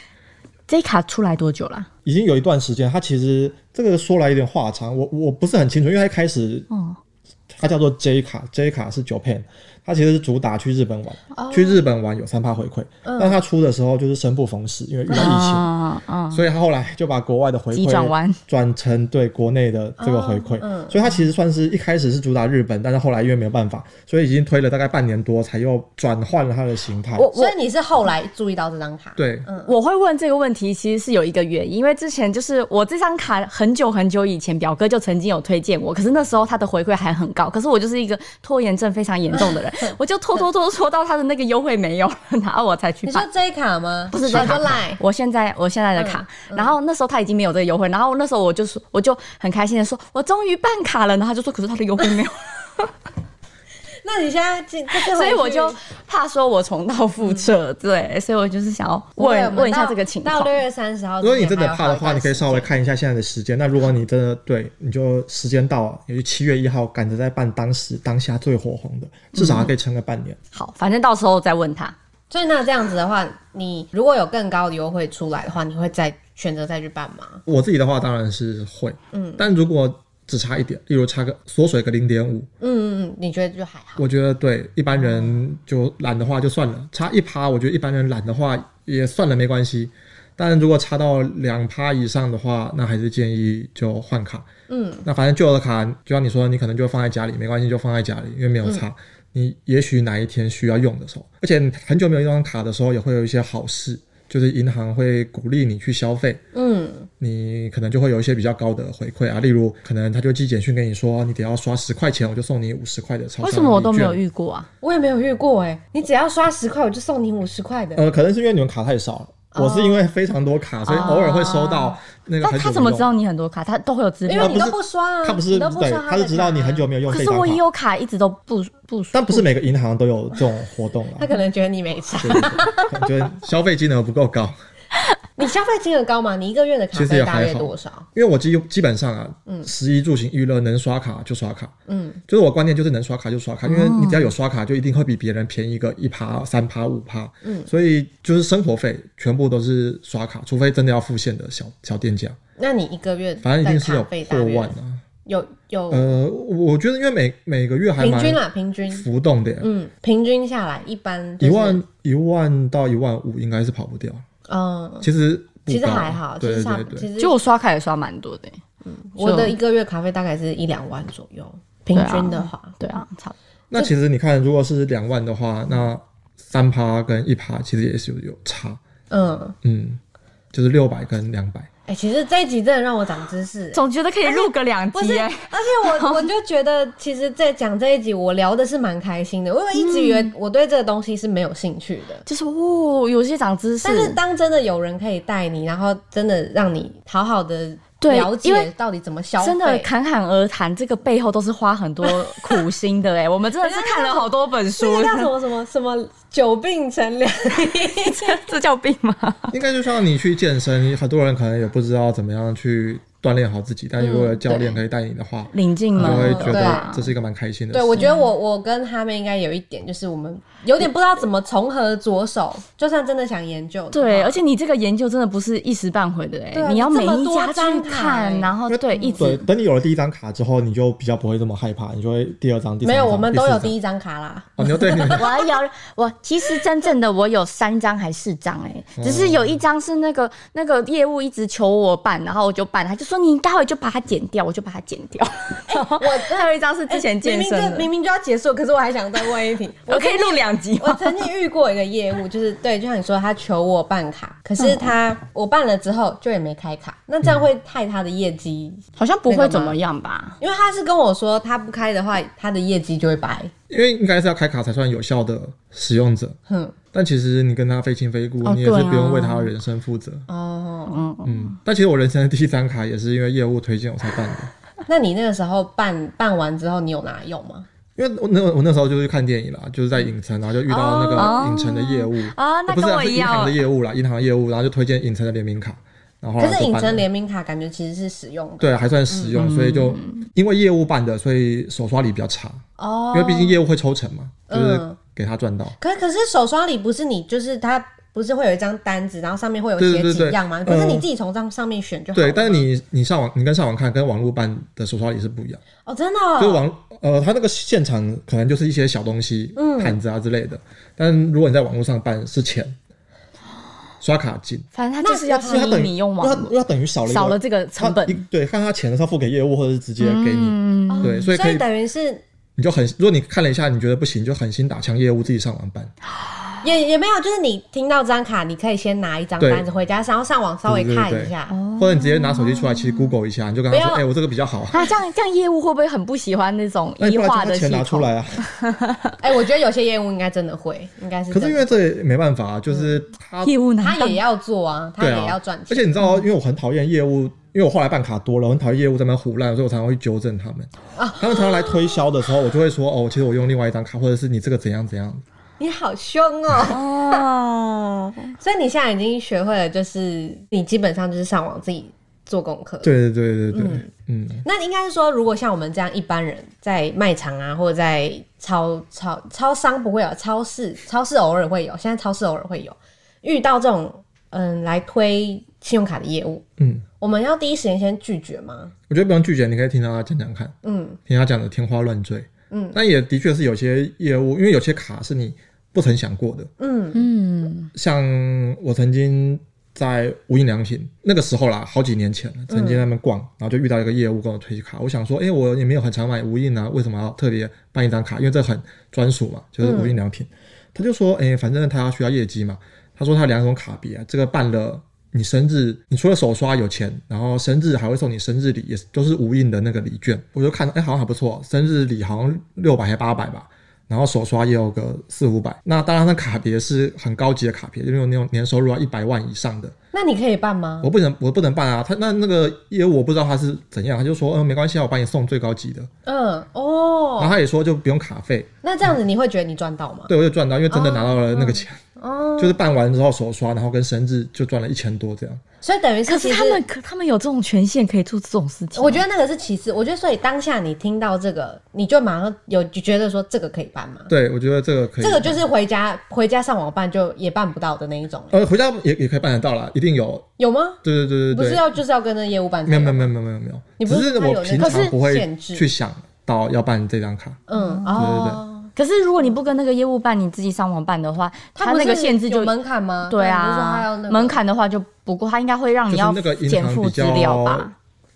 Speaker 2: 这一卡出来多久啦？
Speaker 3: 已经有一段时间，它其实这个说来有点话长，我我不是很清楚，因为它一开始
Speaker 2: 哦，
Speaker 3: 它叫做 J 卡，J 卡是 Japan，它其实是主打去日本玩，
Speaker 2: 哦
Speaker 3: 去日本玩有三趴回馈，但它出的时候就是生不逢时，因为遇到疫情。
Speaker 2: 嗯啊啊，
Speaker 3: 所以他后来就把国外的回
Speaker 2: 急转
Speaker 3: 馈
Speaker 2: 弯，
Speaker 3: 转成对国内的这个回馈，
Speaker 1: 哦嗯
Speaker 3: 所以他其实算是一开始是主打日本，但是后来因为没有办法，所以已经推了大概半年多，才又转换了它的形态。
Speaker 2: 我
Speaker 1: 所
Speaker 2: 我
Speaker 1: 以你是后来注意到这张卡？
Speaker 3: 对，
Speaker 2: 我会问这个问题，其实是有一个原因，因为之前就是我这张卡很久很久以前，表哥就曾经有推荐我，可是那时候他的回馈还很高，可是我就是一个拖延症非常严重的 人，我就拖拖拖拖到他的那个优惠没有了，然后我才去
Speaker 1: 你
Speaker 2: 办
Speaker 1: 说。J 卡吗？
Speaker 2: 不是
Speaker 1: 叫
Speaker 2: J 卡
Speaker 1: 做 Line。
Speaker 2: 我现在我现在的卡，
Speaker 1: 嗯
Speaker 2: 然后那时候他已经没有这个优惠，然后那时候我就说我就很开心的说，我终于办卡了，然后他就说可是他的优惠 没有，
Speaker 1: 那你现在进，这次回
Speaker 2: 所以我
Speaker 1: 去
Speaker 2: 就怕说我重蹈覆辙，对，所以我就是想要
Speaker 1: 不会嗯我
Speaker 2: 问
Speaker 1: 们
Speaker 2: 问一下
Speaker 1: 到
Speaker 2: 这个情
Speaker 1: 到
Speaker 2: 况
Speaker 1: 六。月三十号，
Speaker 3: 如果你真的怕的话，你可以稍微。看一下现在的时间。那如果你真的对，你就时间到了，也就七月一号，赶着在办当时当下最火红的，至少还可以撑个半年。
Speaker 2: 好，反正到时候再问他。
Speaker 1: 所以那这样子的话，你如果有更高的优惠出来的话，你会再选择再去办吗？
Speaker 3: 我自己的话当然是会，嗯，但如果只差一点，例如差个缩水个零点五，
Speaker 1: 嗯嗯嗯，你觉得就还好。
Speaker 3: 我觉得对一般人就懒的话就算了，差一趴，我觉得一般人懒的话也算了，没关系。但如果差到两趴以上的话，那还是建议就换卡。嗯，那反正旧的卡，就像你说，你可能就放在家里，没关系，就放在家里，因为
Speaker 2: 嗯
Speaker 3: 没有差。你也许哪一天需要用的时候，而且你很久没有用到卡的时候，也会有一些好事，就是银行会鼓励你去消费。
Speaker 1: 嗯，
Speaker 3: 你可能就会有一些比较高的回馈啊，例如可能他就寄简讯跟你说，你得要刷十块钱，我就送你五十块的超商
Speaker 2: 为什么我都没有
Speaker 3: 礼券？
Speaker 2: 遇过啊？
Speaker 1: 我也没有遇过哎、你只要刷十块，我就送你五十块的。
Speaker 3: 呃，可能是因为你们卡太少了。我是因为非常多卡，所以偶尔会收到那个
Speaker 2: 那
Speaker 3: 很久没用。
Speaker 2: 他怎么知道你很多卡？他都会有资
Speaker 1: 因
Speaker 2: 料
Speaker 1: 为你
Speaker 3: 啊不
Speaker 1: 都
Speaker 3: 是
Speaker 1: 不刷啊，
Speaker 3: 他不是
Speaker 1: 你都不
Speaker 3: 对
Speaker 1: 刷，，
Speaker 3: 他是知道你很久。没有用
Speaker 2: 可
Speaker 3: 这
Speaker 2: 是
Speaker 3: 张
Speaker 2: 我也
Speaker 3: 卡，
Speaker 2: 有卡，一直都不不，
Speaker 3: 但不是每个银行都有这种活动
Speaker 1: 他
Speaker 3: 啊。
Speaker 1: 可能觉得你没 差。
Speaker 3: 对对对可能觉得消费金额不够高，
Speaker 1: 你消费金额高吗？你一个月的卡
Speaker 3: 其实
Speaker 1: 费
Speaker 3: 也
Speaker 1: 大
Speaker 3: 还
Speaker 1: 约
Speaker 3: 好
Speaker 1: 多少？
Speaker 3: 因为我基基本上啊，食衣住行娱乐能刷卡就刷卡，
Speaker 1: 嗯，
Speaker 3: 就是我观念就是能刷卡就刷卡，因为你只要有刷卡，就一定会比别人便宜个一趴、三趴、五趴，嗯，所以就是生活费全部都是刷卡，除非真的要付现的小小店家，
Speaker 1: 那你一个月
Speaker 3: 反正一定
Speaker 1: 的
Speaker 3: 是有
Speaker 1: 卡费大
Speaker 3: 破
Speaker 1: 约
Speaker 3: 万啊。
Speaker 1: 有有
Speaker 3: 呃，我我觉得因为每每个月还
Speaker 1: 平
Speaker 3: 蛮
Speaker 1: 均啦，平均，
Speaker 3: 浮动的耶，
Speaker 1: 嗯，平均下来一般就
Speaker 3: 一
Speaker 1: 是
Speaker 3: 万一万到一万五应该是跑不掉，
Speaker 1: 嗯，
Speaker 3: 其实不
Speaker 1: 其实
Speaker 3: 高
Speaker 1: 还好，其
Speaker 3: 对
Speaker 1: 实
Speaker 3: 对
Speaker 1: 差
Speaker 3: 对对，
Speaker 1: 其实
Speaker 2: 就我刷卡也刷蛮多的欸、
Speaker 1: 我的一个月卡费大概是一两万左右，平均的话，
Speaker 2: 对啊，差不多。
Speaker 3: 那其实你看，如果是两万的话，那三趴跟一趴其实也是有有差，
Speaker 1: 嗯，
Speaker 3: 嗯，就是六百跟两百。
Speaker 1: 哎、其实这一集真的让我长知识、
Speaker 2: 总觉得可以录个两
Speaker 1: 不是，
Speaker 2: 集、欸
Speaker 1: 而，且 我我就觉得，其实，在讲这一集，我聊的是蛮开心的。我一直以为我对这个东西是没有兴趣的，
Speaker 2: 就是哦，有些长知识，
Speaker 1: 但是当真的有人可以带你，然后真的让你好好的
Speaker 2: 对
Speaker 1: 了
Speaker 2: 因为
Speaker 1: 解到底怎么消费，
Speaker 2: 真的侃侃而谈，这个背后都是花很多苦心的哎、我们真的是看了好多本
Speaker 1: 这
Speaker 2: 书
Speaker 1: 个，叫什么什么什么久病成良医，
Speaker 2: 这 这叫病吗？
Speaker 1: 啊
Speaker 3: 应该就像你去健身，很多人可能也不知道怎么样去锻炼好自己，但如果有教练可以带你的话，
Speaker 2: 领进
Speaker 3: 你就会
Speaker 2: 门，
Speaker 3: 觉
Speaker 1: 嗯对
Speaker 3: 得
Speaker 1: 啊
Speaker 3: 这是一个蛮开心的
Speaker 1: 对，
Speaker 3: 事。
Speaker 1: 我觉得我我跟他们应该有一点，就是我们有点不知道怎么从何着手。就算真的想研究的话，
Speaker 2: 对，而且你这个研究真的不是一时半会的哎、
Speaker 1: 对啊
Speaker 2: 你要每一家
Speaker 1: 这么
Speaker 2: 去
Speaker 1: 多张卡
Speaker 2: 看，
Speaker 1: 欸
Speaker 2: 然后对一
Speaker 3: 对，
Speaker 2: 直
Speaker 3: 等你有了第一张卡之后，你就比较不会这么害怕，你就会第二张、第三
Speaker 1: 没
Speaker 3: 张。
Speaker 1: 有，我们都有第
Speaker 3: 一
Speaker 1: 一张卡啦。
Speaker 3: 哦，你就对你们
Speaker 2: 我还有我其实真正的我有三张还四张哎、
Speaker 3: 嗯
Speaker 2: 只是有一张是那个那个业务一直求我办，然后我就办，他就说你待会就把它剪掉，我就把它剪掉。我 还有一张是之前健
Speaker 1: 明明
Speaker 2: 身
Speaker 1: 就
Speaker 2: 的，
Speaker 1: 哎明明就要结束，可是我还想再问一 题。
Speaker 2: 我可以录两集
Speaker 1: 我
Speaker 2: 吗？
Speaker 1: 曾经遇过一个业务，就是对，就像你说，他求我办卡，可是他
Speaker 2: 嗯
Speaker 1: 我办了之后就也没开卡，那这样会害他的业绩，
Speaker 2: 好像不
Speaker 1: 那
Speaker 2: 会
Speaker 1: 个吗
Speaker 2: 怎么样吧？
Speaker 1: 因为他是跟我说他不开的话，他的业绩就会白。
Speaker 3: 因为应该是要开卡才算有效的使用者，
Speaker 1: 哼，
Speaker 3: 但其实你跟他非亲非故，
Speaker 2: 哦
Speaker 3: 你也是
Speaker 2: 对啊
Speaker 3: 不用为他的人生负责。
Speaker 1: 哦，
Speaker 2: 嗯，
Speaker 3: 嗯，但其实我人生的第一张卡也是因为业务推荐我才办的，
Speaker 1: 那你那个时候办办完之后，你有拿来用吗？
Speaker 3: 因为我那我那时候就去看电影啦，就是在影城，然后就遇到那
Speaker 2: 哦
Speaker 3: 个影城的业务
Speaker 2: 啊那
Speaker 3: 不是
Speaker 2: 跟
Speaker 3: 啊
Speaker 2: 我
Speaker 3: 是
Speaker 2: 一
Speaker 3: 银
Speaker 2: 样
Speaker 3: 行的业务啦，银行业务，然后就推荐影城的联名卡，然后后
Speaker 1: 可
Speaker 3: 来
Speaker 1: 是
Speaker 3: 就
Speaker 1: 影
Speaker 3: 办
Speaker 1: 城
Speaker 3: 了
Speaker 1: 联名卡感觉其实是使用的
Speaker 3: 对还算实
Speaker 2: 嗯
Speaker 3: 用，所以就因为业务办的，所以手刷礼比较差，
Speaker 1: 哦
Speaker 3: 因为毕竟业务会抽成嘛，就是
Speaker 1: 嗯
Speaker 3: 给他赚到。
Speaker 1: 可可是手刷里不是你，就是它不是会有一张单子，然后上面会有
Speaker 3: 对对
Speaker 1: 写
Speaker 3: 对
Speaker 1: 几
Speaker 3: 对
Speaker 1: 样吗？
Speaker 3: 嗯
Speaker 1: 可是你自己从上上面选就好了
Speaker 3: 对，
Speaker 1: 吗。
Speaker 3: 但是你你上网，你跟上网看，跟网络办的手刷礼是不一样，
Speaker 1: 哦，真的
Speaker 3: 就
Speaker 1: 哦，
Speaker 3: 是网
Speaker 2: 嗯
Speaker 3: 呃，它那个现场可能就是一些小东西，毯子啊之类的，但如果你在网络上办是钱，刷卡金。
Speaker 2: 反正他就是要
Speaker 3: 因为
Speaker 2: 吸
Speaker 3: 它等
Speaker 2: 引
Speaker 3: 于
Speaker 2: 你用
Speaker 3: 因为
Speaker 2: 网
Speaker 3: 它
Speaker 2: 络
Speaker 3: 因为它等于少了一个
Speaker 2: 少了这个成
Speaker 3: 他一
Speaker 2: 本。
Speaker 3: 对，看他钱的时候付给业务，或者是直接给你，
Speaker 2: 嗯，
Speaker 3: 对，所以可以，
Speaker 1: 哦等于是
Speaker 3: 你就狠，如果你看了一下，你觉得不行，就狠心打枪业务自己上网办，
Speaker 1: 也也没有，就是你听到这张卡，你可以先拿一张单子回家，然后上网稍微看一下。
Speaker 2: 哦
Speaker 3: 或者你直接拿手机出来，其实 Google 一下，你就跟他说，哎、
Speaker 1: 不要
Speaker 3: 我这个比较好，
Speaker 2: 啊那这样这样业务会不会很不喜欢那种
Speaker 3: 那你
Speaker 2: 一
Speaker 3: 不然
Speaker 2: 化
Speaker 3: 就把
Speaker 2: 的系
Speaker 3: 钱拿出
Speaker 2: 统？
Speaker 3: 来啊。
Speaker 1: 哎、我觉得有些业务应该真的会，应该是
Speaker 3: 可
Speaker 1: 真的。
Speaker 3: 是因为这也没办法啊，就是
Speaker 2: 嗯
Speaker 3: 他，
Speaker 2: 业务拿
Speaker 1: 他
Speaker 2: 到
Speaker 1: 也要做啊，他
Speaker 3: 对
Speaker 1: 也
Speaker 3: 啊，
Speaker 1: 要赚
Speaker 3: 而
Speaker 1: 钱。
Speaker 3: 且你知道，因为我很讨厌业务，因为我后来办卡多了，我很讨厌业务在那边胡乱，所以我常常会纠正他们。
Speaker 1: 啊
Speaker 3: 他们常常来推销的时候，我就会说，哦，其实我用另外一张卡，或者是你这个怎样怎样。
Speaker 1: 你好凶哦！
Speaker 2: 哦，
Speaker 1: 所以你现在已经学会了，就是你基本上就是上网自己做功课。
Speaker 3: 对对对对对，嗯
Speaker 1: 那应该是说，如果像我们这样一般人，在卖场啊，或者在超超超商不会有，超市超市偶尔会有，现在超市偶尔会有遇到这种嗯来推信用卡的业务，
Speaker 3: 嗯，
Speaker 1: 我们要第一时间先拒绝吗？
Speaker 3: 我觉得不用拒绝，你可以听他讲讲看。
Speaker 1: 嗯，
Speaker 3: 听他讲的天花乱坠，嗯，但也的确是有些业务，因为有些卡是你不曾想过的，
Speaker 2: 嗯，
Speaker 3: 像我曾经在无印良品那个时候啦，好几年前了，曾经在那边逛，然后就遇到一个业务跟我推卡，我想说，哎、我也没有很常买无印啊，为什么要特别办一张卡？因为这很专属嘛，就是无印良品。他就说，哎、反正他需要业绩嘛，他说他有两种卡别、啊，这个办了。你生日，你除了手刷有钱，然后生日还会送你生日礼，也是都是无印的那个礼券。我就看，哎、好像还不错，生日礼好像六百还八百吧。然后手刷也有个四五百，那当然那卡别是很高级的卡别，就是那种年收入要一百万以上的，
Speaker 1: 那你可以办吗？
Speaker 3: 我不能我不能办啊。他那那个业务我不知道他是怎样，他就说嗯没关系啊，我帮你送最高级的，
Speaker 1: 嗯，
Speaker 3: 然后
Speaker 1: 哦，
Speaker 3: 他也说就不用卡费，
Speaker 1: 那这样子你会觉得你赚到吗？
Speaker 3: 对我就赚到，因为真的拿到了那个钱，
Speaker 1: 哦，
Speaker 3: 就是办完之后手刷，然后跟生日就赚了一千多这样。
Speaker 1: 所以等于
Speaker 2: 可
Speaker 1: 是
Speaker 2: 是
Speaker 1: 其
Speaker 2: 他
Speaker 1: 实
Speaker 2: 们可他们有这种权限可以做这种事情吗，
Speaker 1: 我觉得那个是其次，我觉得所以当下你听到这个，你就马上有就觉得说这个可以办吗？
Speaker 3: 对，我觉得这个可以
Speaker 1: 这
Speaker 3: 办。
Speaker 1: 个就是回家回家上网办就也办不到的那一种、欸
Speaker 3: 呃，回家也也可以办得到啦，一定有。
Speaker 1: 有吗？
Speaker 3: 对对对
Speaker 1: 不
Speaker 3: 对
Speaker 1: 是
Speaker 3: 对，
Speaker 1: 要就是要跟着业务办才？
Speaker 3: 没有没有没有没有没有没
Speaker 1: 你
Speaker 3: 有，
Speaker 1: 不
Speaker 3: 只
Speaker 1: 是它
Speaker 3: 是
Speaker 1: 有那
Speaker 3: 我
Speaker 1: 个
Speaker 3: 平常不会
Speaker 1: 限制
Speaker 3: 去想到要办这张卡。
Speaker 1: 嗯哦，
Speaker 2: 可是如果你不跟那个业务办，你自己上网办的话，
Speaker 1: 它嗯
Speaker 2: 他
Speaker 1: 不
Speaker 2: 那
Speaker 1: 是
Speaker 2: 个限制
Speaker 1: 有
Speaker 2: 就
Speaker 1: 门槛吗？
Speaker 2: 对
Speaker 1: 不是说
Speaker 2: 啊，
Speaker 1: 它要那个
Speaker 2: 门槛的话就不过他应该会让你
Speaker 3: 就
Speaker 2: 嗯
Speaker 3: 是
Speaker 2: 要
Speaker 3: 那个银
Speaker 2: 减
Speaker 3: 行
Speaker 2: 负
Speaker 3: 比
Speaker 2: 资
Speaker 3: 较
Speaker 2: 料吧？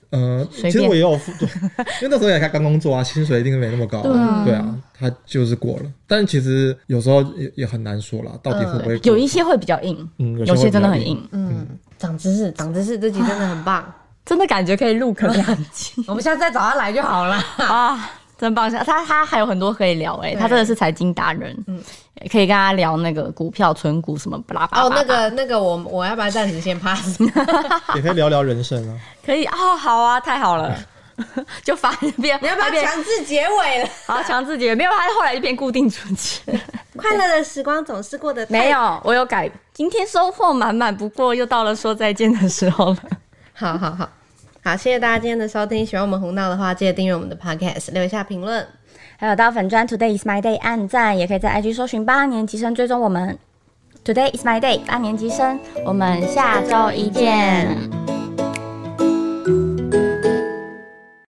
Speaker 3: 呃，
Speaker 2: 随
Speaker 3: 其实
Speaker 2: 便
Speaker 3: 我也 有付，因为那时候也才刚工作啊，薪水一定没那么高
Speaker 2: 对啊
Speaker 3: 啊。对啊，他就是过了，但其实有时候也也很难说啦，到底会不会过
Speaker 2: 呃有一些会比较硬，
Speaker 3: 嗯
Speaker 2: 有
Speaker 3: 有
Speaker 2: 些
Speaker 3: 些会比较
Speaker 2: 真的很
Speaker 3: 硬
Speaker 2: 硬，
Speaker 1: 嗯，长知识，长知识，这集真的很棒，
Speaker 2: 真的感觉可以入坑两 集
Speaker 1: 我们下次再找他来就好了。
Speaker 2: 啊。真棒！他他还有很多可以聊哎、
Speaker 1: 对
Speaker 2: 他真的是财经达人，嗯，可以跟他聊那个股票、存股什么巴拉巴拉。
Speaker 1: 哦，那个 那个我，我要不要暂时先 pass？
Speaker 3: 也可以聊聊人生啊。
Speaker 2: 可以哦，好啊，太 好了，就发变，
Speaker 1: 你要不要
Speaker 2: 发变
Speaker 1: 强制结尾了？
Speaker 2: 好强自己？没有，他后来就变固定主持人。
Speaker 1: 快乐的时光总是过得太
Speaker 2: 没有， 我有改。今天收获满满，不过又到了说再见的时候了。
Speaker 1: 好好好好，谢谢大家今天的收听。喜欢我们胡闹的话，记得订阅我们的 podcast，留一下评论。
Speaker 2: 还有到粉砖 Today is my day 按赞，也可以在 IG 搜寻八年级生追踪我们。Today is my day 八年级生，我们下周一见，